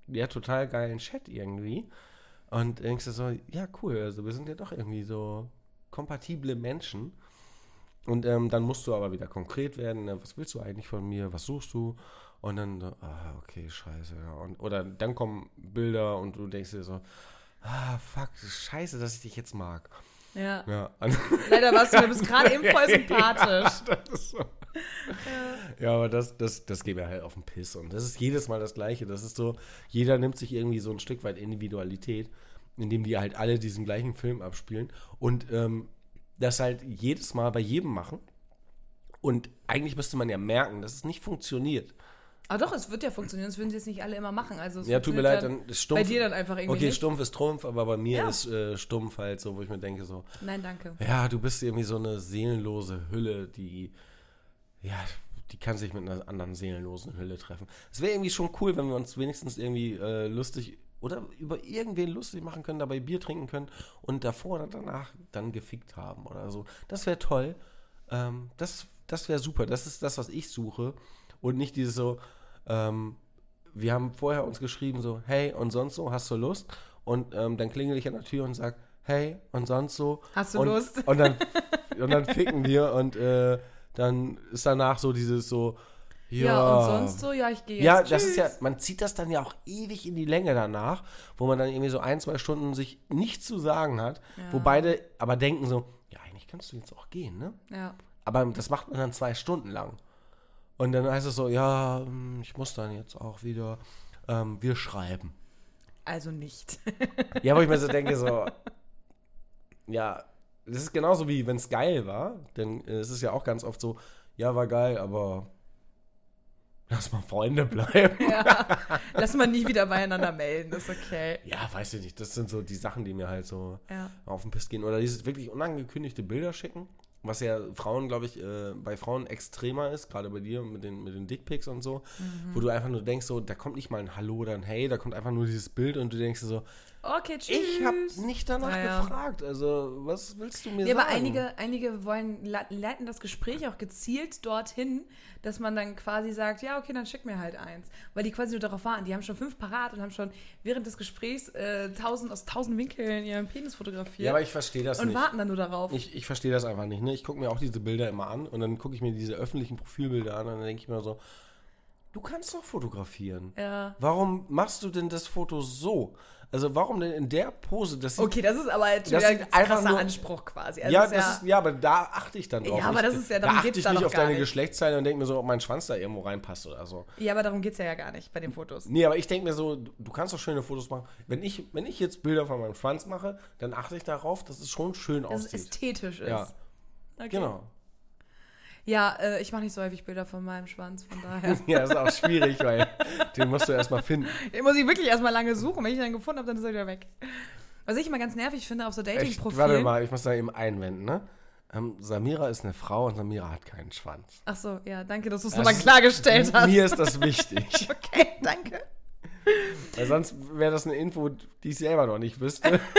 S4: ja, total geilen Chat irgendwie. Und denkst du so, ja, cool, also wir sind ja doch irgendwie so kompatible Menschen. Und ähm, dann musst du aber wieder konkret werden, ne, was willst du eigentlich von mir, was suchst du? Und dann so, ah, okay, scheiße. Ja. Und, oder dann kommen Bilder und du denkst dir so, ah, fuck, scheiße, dass ich dich jetzt mag.
S3: ja.
S4: Ja, und-
S3: leider warst du mir bis gerade eben voll sympathisch
S4: das ist so. Ja, aber das, das, das geht mir halt auf den Piss. Und das ist jedes Mal das Gleiche. Das ist so, jeder nimmt sich irgendwie so ein Stück weit Individualität, indem die halt alle diesen gleichen Film abspielen. Und ähm, das halt jedes Mal bei jedem machen. Und eigentlich müsste man ja merken, dass es nicht funktioniert.
S3: aber Ah, doch es wird ja funktionieren sonst würden sie es nicht alle immer machen also es
S4: Ja, tut mir
S3: funktioniert
S4: leid, dann ist stumpf.
S3: bei dir dann einfach irgendwie
S4: Okay,
S3: nicht.
S4: stumpf ist Trumpf, aber bei mir
S3: Ja.
S4: ist äh, stumpf halt so, wo ich mir denke, so,
S3: nein danke
S4: ja, du bist irgendwie so eine seelenlose Hülle, die, ja, die kann sich mit einer anderen seelenlosen Hülle treffen. Es wäre irgendwie schon cool, wenn wir uns wenigstens irgendwie äh, lustig oder über irgendwen lustig machen können, dabei Bier trinken können und davor oder danach dann gefickt haben oder so. Das wäre toll. Ähm, das das wäre super. Das ist das, was ich suche. Und nicht dieses so, ähm, wir haben vorher uns geschrieben, so, hey, und sonst so, hast du Lust? Und ähm, dann klingel ich an der Tür und sag, hey, und sonst so.
S3: Hast du
S4: und,
S3: Lust?
S4: Und dann, und dann ficken wir und äh, dann ist danach so dieses so, ja,
S3: ja, und sonst so ja ich gehe jetzt
S4: Ja, das
S3: Tschüss.
S4: ist ja, man zieht das dann ja auch ewig in die Länge danach, wo man dann irgendwie so ein, zwei Stunden sich nichts zu sagen hat, wo beide aber denken so, ja, eigentlich kannst du jetzt auch gehen, ne?
S3: ja
S4: Aber das macht man dann zwei Stunden lang. Und dann heißt es so, ja, hm, ich muss dann jetzt auch wieder, ähm, wir schreiben.
S3: Also nicht.
S4: Ja, wo ich mir so denke, so, ja, das ist genauso wie, wenn es geil war, denn äh, es ist ja auch ganz oft so, ja, war geil, aber lass mal Freunde bleiben.
S3: Lass mal nie wieder beieinander melden, ist okay.
S4: Ja, weiß ich nicht, das sind so die Sachen, die mir halt so
S3: Ja.
S4: auf den Piss gehen. Oder dieses wirklich unangekündigte Bilder schicken, was ja Frauen, glaube ich, äh, bei Frauen extremer ist, gerade bei dir mit den, mit den Dickpics und so,
S3: Mhm.
S4: wo du einfach nur denkst, so, da kommt nicht mal ein Hallo oder ein Hey, da kommt einfach nur dieses Bild und du denkst dir so,
S3: Okay, tschüss.
S4: ich habe nicht danach
S3: Ah, ja.
S4: gefragt, also was willst du mir
S3: Ja,
S4: sagen?
S3: aber einige, einige wollen, le- leiten das Gespräch auch gezielt dorthin, dass man dann quasi sagt, ja, okay, dann schick mir halt eins. Weil die quasi nur darauf warten. Die haben schon fünf parat und haben schon während des Gesprächs äh, tausend, aus tausend Winkeln ihren Penis fotografiert
S4: Ja, aber ich verstehe das
S3: und
S4: nicht.
S3: warten dann nur darauf.
S4: Ich, ich verstehe das einfach nicht. Ne? Ich gucke mir auch diese Bilder immer an und dann gucke ich mir diese öffentlichen Profilbilder an und dann denke ich mir so, du kannst doch fotografieren.
S3: Ja.
S4: Warum machst du denn das Foto so? Also warum denn in der Pose? Das sieht,
S3: Okay, das ist aber jetzt schon
S4: Das
S3: wieder
S4: sind
S3: ein
S4: einfach
S3: krasser
S4: nur-
S3: Anspruch quasi. Also
S4: ja,
S3: es
S4: das ist, ja, aber da achte ich dann drauf.
S3: Ja, aber
S4: ich,
S3: das ist ja-
S4: da
S3: darum
S4: achte
S3: geht's
S4: ich
S3: da
S4: nicht
S3: doch
S4: auf
S3: gar
S4: deine
S3: nicht.
S4: Geschlechtsteile und denke mir so, ob mein Schwanz da irgendwo reinpasst oder so.
S3: ja, aber darum geht es ja, ja gar nicht bei den Fotos.
S4: Nee, aber ich denke mir so, du- du kannst doch schöne Fotos machen. Wenn ich, wenn ich jetzt Bilder von meinem Schwanz mache, dann achte ich darauf, dass es schon schön
S3: Dass es
S4: aussieht.
S3: ästhetisch ist.
S4: ja,
S3: Okay.
S4: genau.
S3: Ja, äh, ich mache nicht so häufig Bilder von meinem Schwanz, von daher.
S4: Ja, ist auch schwierig, weil den musst du erstmal finden.
S3: den muss ich wirklich erstmal lange suchen. Wenn ich ihn dann gefunden habe, dann ist er wieder weg. Was ich immer ganz nervig finde auf so
S4: Echt,
S3: Dating-Profilen.
S4: warte mal, ich muss da eben einwenden, ne? Ähm, Samira ist eine Frau und Samira hat keinen Schwanz.
S3: Ach so, ja, danke, dass du es
S4: Das
S3: nochmal
S4: ist-
S3: klargestellt hast.
S4: Mir ist das wichtig.
S3: Okay, danke.
S4: Weil sonst wäre das eine Info, die ich selber noch nicht wüsste.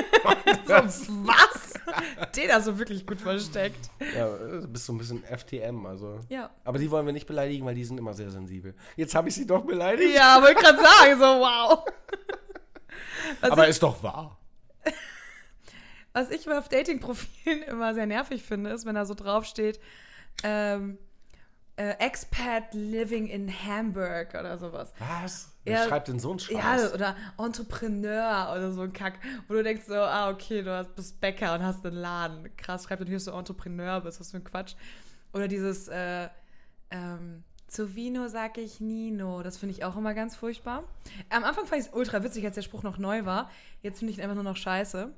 S3: So, was? Den hast du wirklich gut versteckt.
S4: Ja, du bist so ein bisschen FTM, also.
S3: Ja.
S4: Aber die wollen wir nicht beleidigen, weil die sind immer sehr sensibel. Jetzt habe ich sie doch beleidigt.
S3: Ja, wollte gerade sagen, so wow. Was
S4: aber ist doch wahr.
S3: Was ich auf Dating-Profilen immer sehr nervig finde, ist, wenn da so draufsteht, ähm, äh, Expat living in Hamburg oder sowas.
S4: Was? Wer
S3: Ja.
S4: schreibt denn so einen Scheiß?
S3: Ja, oder Entrepreneur oder so ein Kack, wo du denkst so, ah, okay, du hast- bist Bäcker und hast einen Laden. Krass, schreib doch nicht, dass du Entrepreneur bist, was für ein Quatsch. Oder dieses, äh, ähm, zu Vino sag ich Nino. Das finde ich auch immer ganz furchtbar. Am Anfang fand ich es ultra witzig, als der Spruch noch neu war. Jetzt finde ich ihn einfach nur noch scheiße.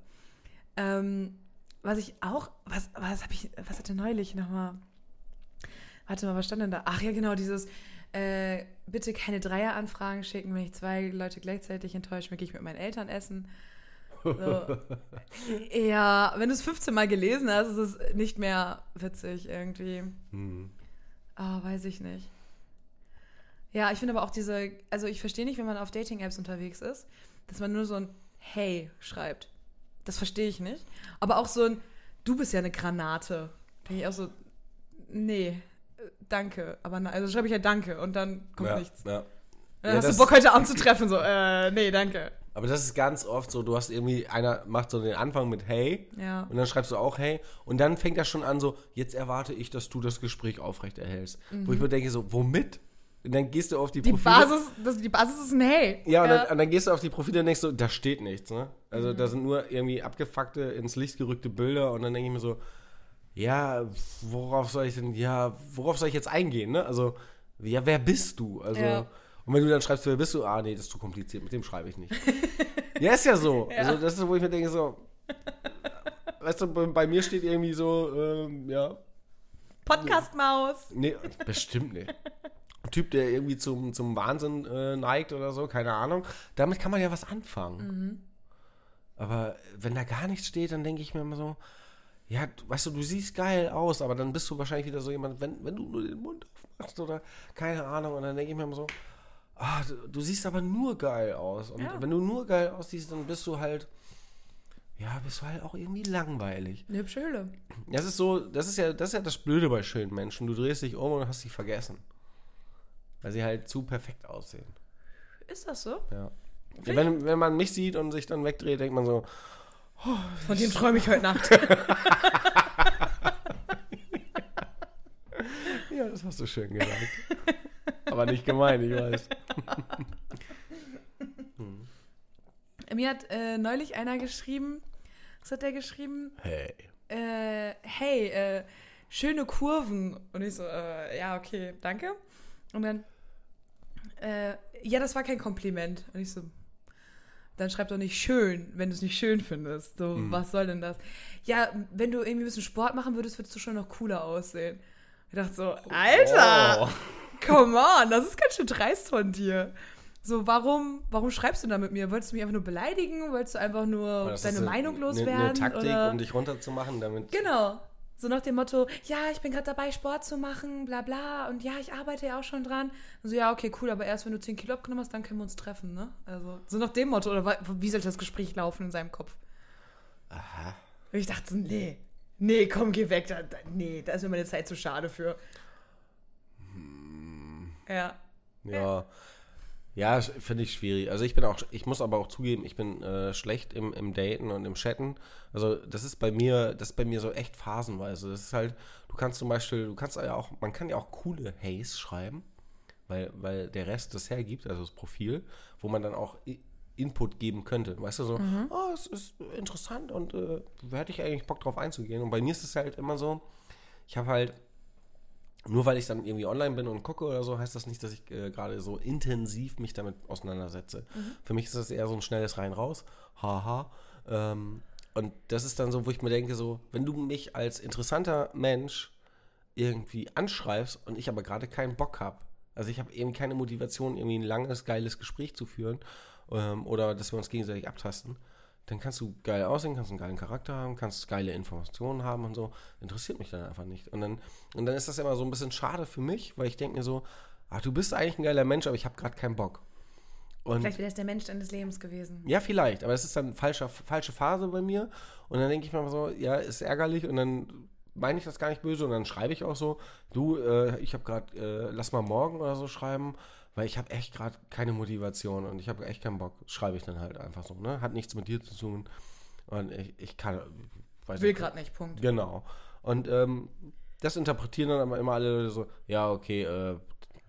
S3: Ähm, was ich auch, was, was habe ich, was hatte neulich nochmal? Warte mal, was stand denn da? Ach ja, genau, dieses äh, bitte keine Dreieranfragen schicken, wenn ich zwei Leute gleichzeitig enttäusche, gehe ich mit meinen Eltern essen. So. ja, wenn du es 15 Mal gelesen hast, ist es nicht mehr witzig irgendwie.
S4: Hm.
S3: Ah, weiß ich nicht. Ja, ich finde aber auch diese, also ich verstehe nicht, wenn man auf Dating-Apps unterwegs ist, dass man nur so ein Hey schreibt. Das verstehe ich nicht. Aber auch so ein Du bist ja eine Granate. Bin ich auch so, nee, äh, danke. Aber nein, also schreibe ich ja danke und dann kommt
S4: ja,
S3: nichts.
S4: Ja.
S3: Dann
S4: Ja,
S3: hast du
S4: das-
S3: Bock heute Abend zu treffen, so, äh, nee, danke.
S4: Aber das ist ganz oft so, du hast irgendwie, einer macht so den Anfang mit Hey
S3: Ja.
S4: und dann schreibst du auch Hey und dann fängt das schon an so, jetzt erwarte ich, dass du das Gespräch aufrechterhältst. Wo ich mir denke so, womit? Und dann gehst du auf die,
S3: Mhm. Die
S4: Profile.
S3: Basis, das, die Basis ist ein Hey.
S4: Ja, und, Dann, und dann gehst du auf die Profile und denkst so, da steht nichts, ne? Also da sind nur irgendwie abgefuckte, ins Licht gerückte Bilder und dann denke ich mir so, ja, worauf soll ich denn, ja, worauf soll ich jetzt eingehen, ne? Also, ja, wer bist du? Also,
S3: Ja.
S4: und wenn du dann schreibst, wer bist du? Ah, nee, das ist zu kompliziert, mit dem schreibe ich nicht. ja, ist ja so. Also, das ist, wo ich mir denke so, weißt du, bei, bei mir steht irgendwie so, ähm, ja,
S3: Podcast-Maus.
S4: Nee, bestimmt nicht. Ein Typ, der irgendwie zum, zum Wahnsinn äh, neigt oder so, keine Ahnung. Damit kann man ja was anfangen. Aber wenn da gar nichts steht, dann denke ich mir immer so, ja, du, weißt du, du siehst geil aus, aber dann bist du wahrscheinlich wieder so jemand, wenn, wenn du nur den Mund aufmachst oder keine Ahnung. Und dann denke ich mir immer so, ah, du, du siehst aber nur geil aus. Und
S3: Ja.
S4: wenn du nur geil aussiehst, dann bist du halt, ja, bist du halt auch irgendwie langweilig.
S3: Eine hübsche Hülle.
S4: Das ist so, das ist ja, das ist ja das Blöde bei schönen Menschen. Du drehst dich um und hast sie vergessen. Weil sie halt zu perfekt aussehen.
S3: Ist das so?
S4: Ja. ja wenn, wenn man mich sieht und sich dann wegdreht, denkt man so,
S3: Von dem träume ich heute Nacht.
S4: ja, das hast du schön gesagt. Aber nicht gemein, ich weiß.
S3: Mir hat äh, neulich einer geschrieben, was hat der geschrieben?
S4: Hey.
S3: Äh, hey, äh, schöne Kurven. Und ich so, äh, ja, okay, danke. Und dann, äh, ja, das war kein Kompliment. Und ich so, dann schreib doch nicht schön, wenn du es nicht schön findest. So, was soll denn das? Ja, wenn du irgendwie ein bisschen Sport machen würdest, würdest du schon noch cooler aussehen. Ich dachte so, Alter!
S4: Oh.
S3: Come on, das ist ganz schön dreist von dir. So, warum, warum schreibst du da mit mir? Wolltest du mich einfach nur beleidigen? Wolltest du einfach nur
S4: Das
S3: deine
S4: ist eine-
S3: Meinung
S4: Eine, eine
S3: loswerden?
S4: Taktik,
S3: oder?
S4: um dich runterzumachen, damit.
S3: Genau. So nach dem Motto, ja, ich bin gerade dabei, Sport zu machen, bla bla. Und ja, ich arbeite ja auch schon dran. Und so, ja, okay, cool, aber erst wenn du 10 Kilo abgenommen hast, dann können wir uns treffen, ne? Also, so nach dem Motto, oder wa- wie sollte das Gespräch laufen in seinem Kopf?
S4: Aha.
S3: Und ich dachte so, nee, nee, komm, geh weg. Da, da, nee, da ist mir meine Zeit zu schade für. Ja.
S4: Ja. Ja, sch- finde ich schwierig. Also ich bin auch, ich muss aber auch zugeben, ich bin äh, schlecht im, im Daten und im Chatten. Also das ist bei mir, das ist bei mir so echt phasenweise. Das ist halt, du kannst zum Beispiel, du kannst ja auch, man kann ja auch coole Hays schreiben, weil, weil der Rest das hergibt, also das Profil, wo man dann auch i- Input geben könnte. Weißt du, so, oh, es ist interessant und äh, da hätte ich eigentlich Bock drauf einzugehen. Und bei mir ist es halt immer so, ich habe halt, nur weil ich dann irgendwie online bin und gucke oder so, heißt das nicht, dass ich äh, gerade so intensiv mich damit auseinandersetze. Für mich ist das eher so ein schnelles Rein-Raus, haha. Ähm, und das ist dann so, wo ich mir denke, so, wenn du mich als interessanter Mensch irgendwie anschreibst und ich aber gerade keinen Bock habe. Also ich habe eben keine Motivation, irgendwie ein langes, geiles Gespräch zu führen ähm, oder dass wir uns gegenseitig abtasten. Dann kannst du geil aussehen, kannst einen geilen Charakter haben, kannst geile Informationen haben und so. Interessiert mich dann einfach nicht. Und dann, und dann ist das immer so ein bisschen schade für mich, weil ich denke mir so, ach, du bist eigentlich ein geiler Mensch, aber ich habe gerade keinen Bock. Und
S3: Vielleicht wäre das der Mensch deines Lebens gewesen.
S4: ja, vielleicht, aber es ist dann falsche, falsche Phase bei mir. Und dann denke ich mir so, ja, ist ärgerlich und dann meine ich das gar nicht böse und dann schreibe ich auch so, du, äh, ich habe gerade, äh, lass mal morgen oder so schreiben, weil ich habe echt gerade keine Motivation und ich habe echt keinen Bock. Schreibe ich dann halt einfach so, ne? Hat nichts mit dir zu tun. Und ich, ich kann, weiß
S3: Will
S4: nicht.
S3: gerade nicht, Punkt.
S4: Genau. Und ähm, das interpretieren dann aber immer alle Leute so, ja, okay, äh,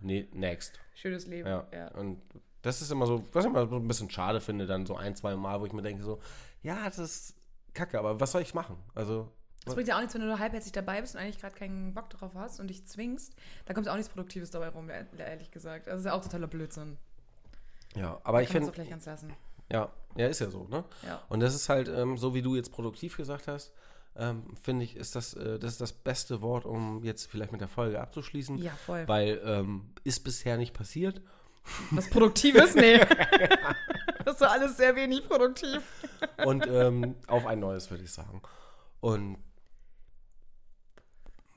S4: nee, next.
S3: Schönes Leben.
S4: Ja.
S3: Ja.
S4: Und das ist immer so, was ich immer so ein bisschen schade finde, dann so ein, zwei Mal, wo ich mir denke, so, ja, das ist kacke, aber was soll ich machen? Also,
S3: Das bringt ja auch nichts, wenn du nur halbherzig dabei bist und eigentlich gerade keinen Bock drauf hast und dich zwingst. Da kommt auch nichts Produktives dabei rum, e- ehrlich gesagt. Das ist ja auch totaler Blödsinn.
S4: ja, aber ich
S3: Kannst du
S4: finde,
S3: vielleicht ganz lassen.
S4: ja, ja, ist ja so, ne?
S3: Ja.
S4: Und das ist halt, ähm, so wie du jetzt produktiv gesagt hast, ähm, finde ich, ist das, äh, das ist das beste Wort, um jetzt vielleicht mit der Folge abzuschließen.
S3: Ja, voll.
S4: Weil ähm, ist bisher nicht passiert.
S3: Was Produktives? Nee. das war alles sehr wenig produktiv.
S4: Und ähm, auf ein neues, würde ich sagen. Und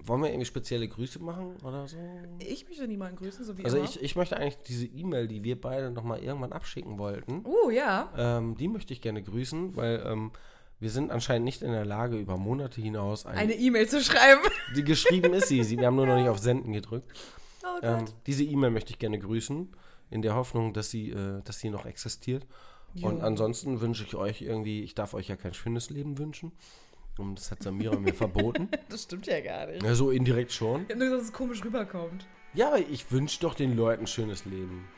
S4: wollen wir irgendwie spezielle Grüße machen oder so?
S3: Ich möchte niemanden grüßen, so wie
S4: Also
S3: immer.
S4: ich, ich möchte eigentlich diese E-Mail, die wir beide nochmal irgendwann abschicken wollten,
S3: oh, ja.
S4: ähm, die möchte ich gerne grüßen, weil ähm, wir sind anscheinend nicht in der Lage, über Monate hinaus eine,
S3: Eine E-Mail zu schreiben.
S4: Die geschrieben ist sie, sie, wir haben nur noch nicht auf Senden gedrückt.
S3: Oh Gott.
S4: Ähm, diese E-Mail möchte ich gerne grüßen, in der Hoffnung, dass sie, äh, dass sie noch existiert. Und
S3: Jo.
S4: ansonsten wünsche ich euch irgendwie, ich darf euch ja kein schönes Leben wünschen. Und das hat Samira mir verboten.
S3: Das stimmt ja gar nicht.
S4: Ja, so indirekt schon.
S3: Ich hab nur gesagt, dass es komisch rüberkommt.
S4: Ja, aber ich wünsche doch den Leuten schönes Leben.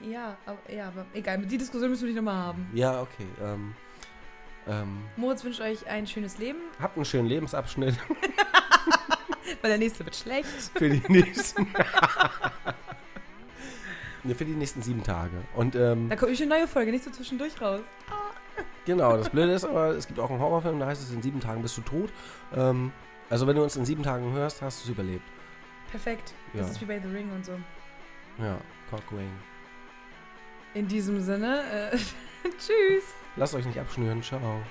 S3: Ja, aber, ja, aber egal. Die Diskussion müssen wir nicht nochmal haben.
S4: Ja, okay. Ähm, ähm,
S3: Moritz wünscht euch ein schönes Leben,
S4: Habt einen schönen Lebensabschnitt
S3: weil der nächste wird schlecht.
S4: für die nächsten. Ne, für die nächsten sieben Tage. Und ähm,
S3: Da kommt schon eine neue Folge, nicht so zwischendurch raus.
S4: genau, das Blöde ist aber, es gibt auch einen Horrorfilm, da heißt es, in sieben Tagen bist du tot. Ähm, also wenn du uns in sieben Tagen hörst, hast du es überlebt.
S3: Perfekt.
S4: Ja.
S3: Das ist wie bei The Ring und so.
S4: Ja, Cockwing.
S3: In diesem Sinne, äh, tschüss.
S4: Lasst euch nicht abschnüren, ciao.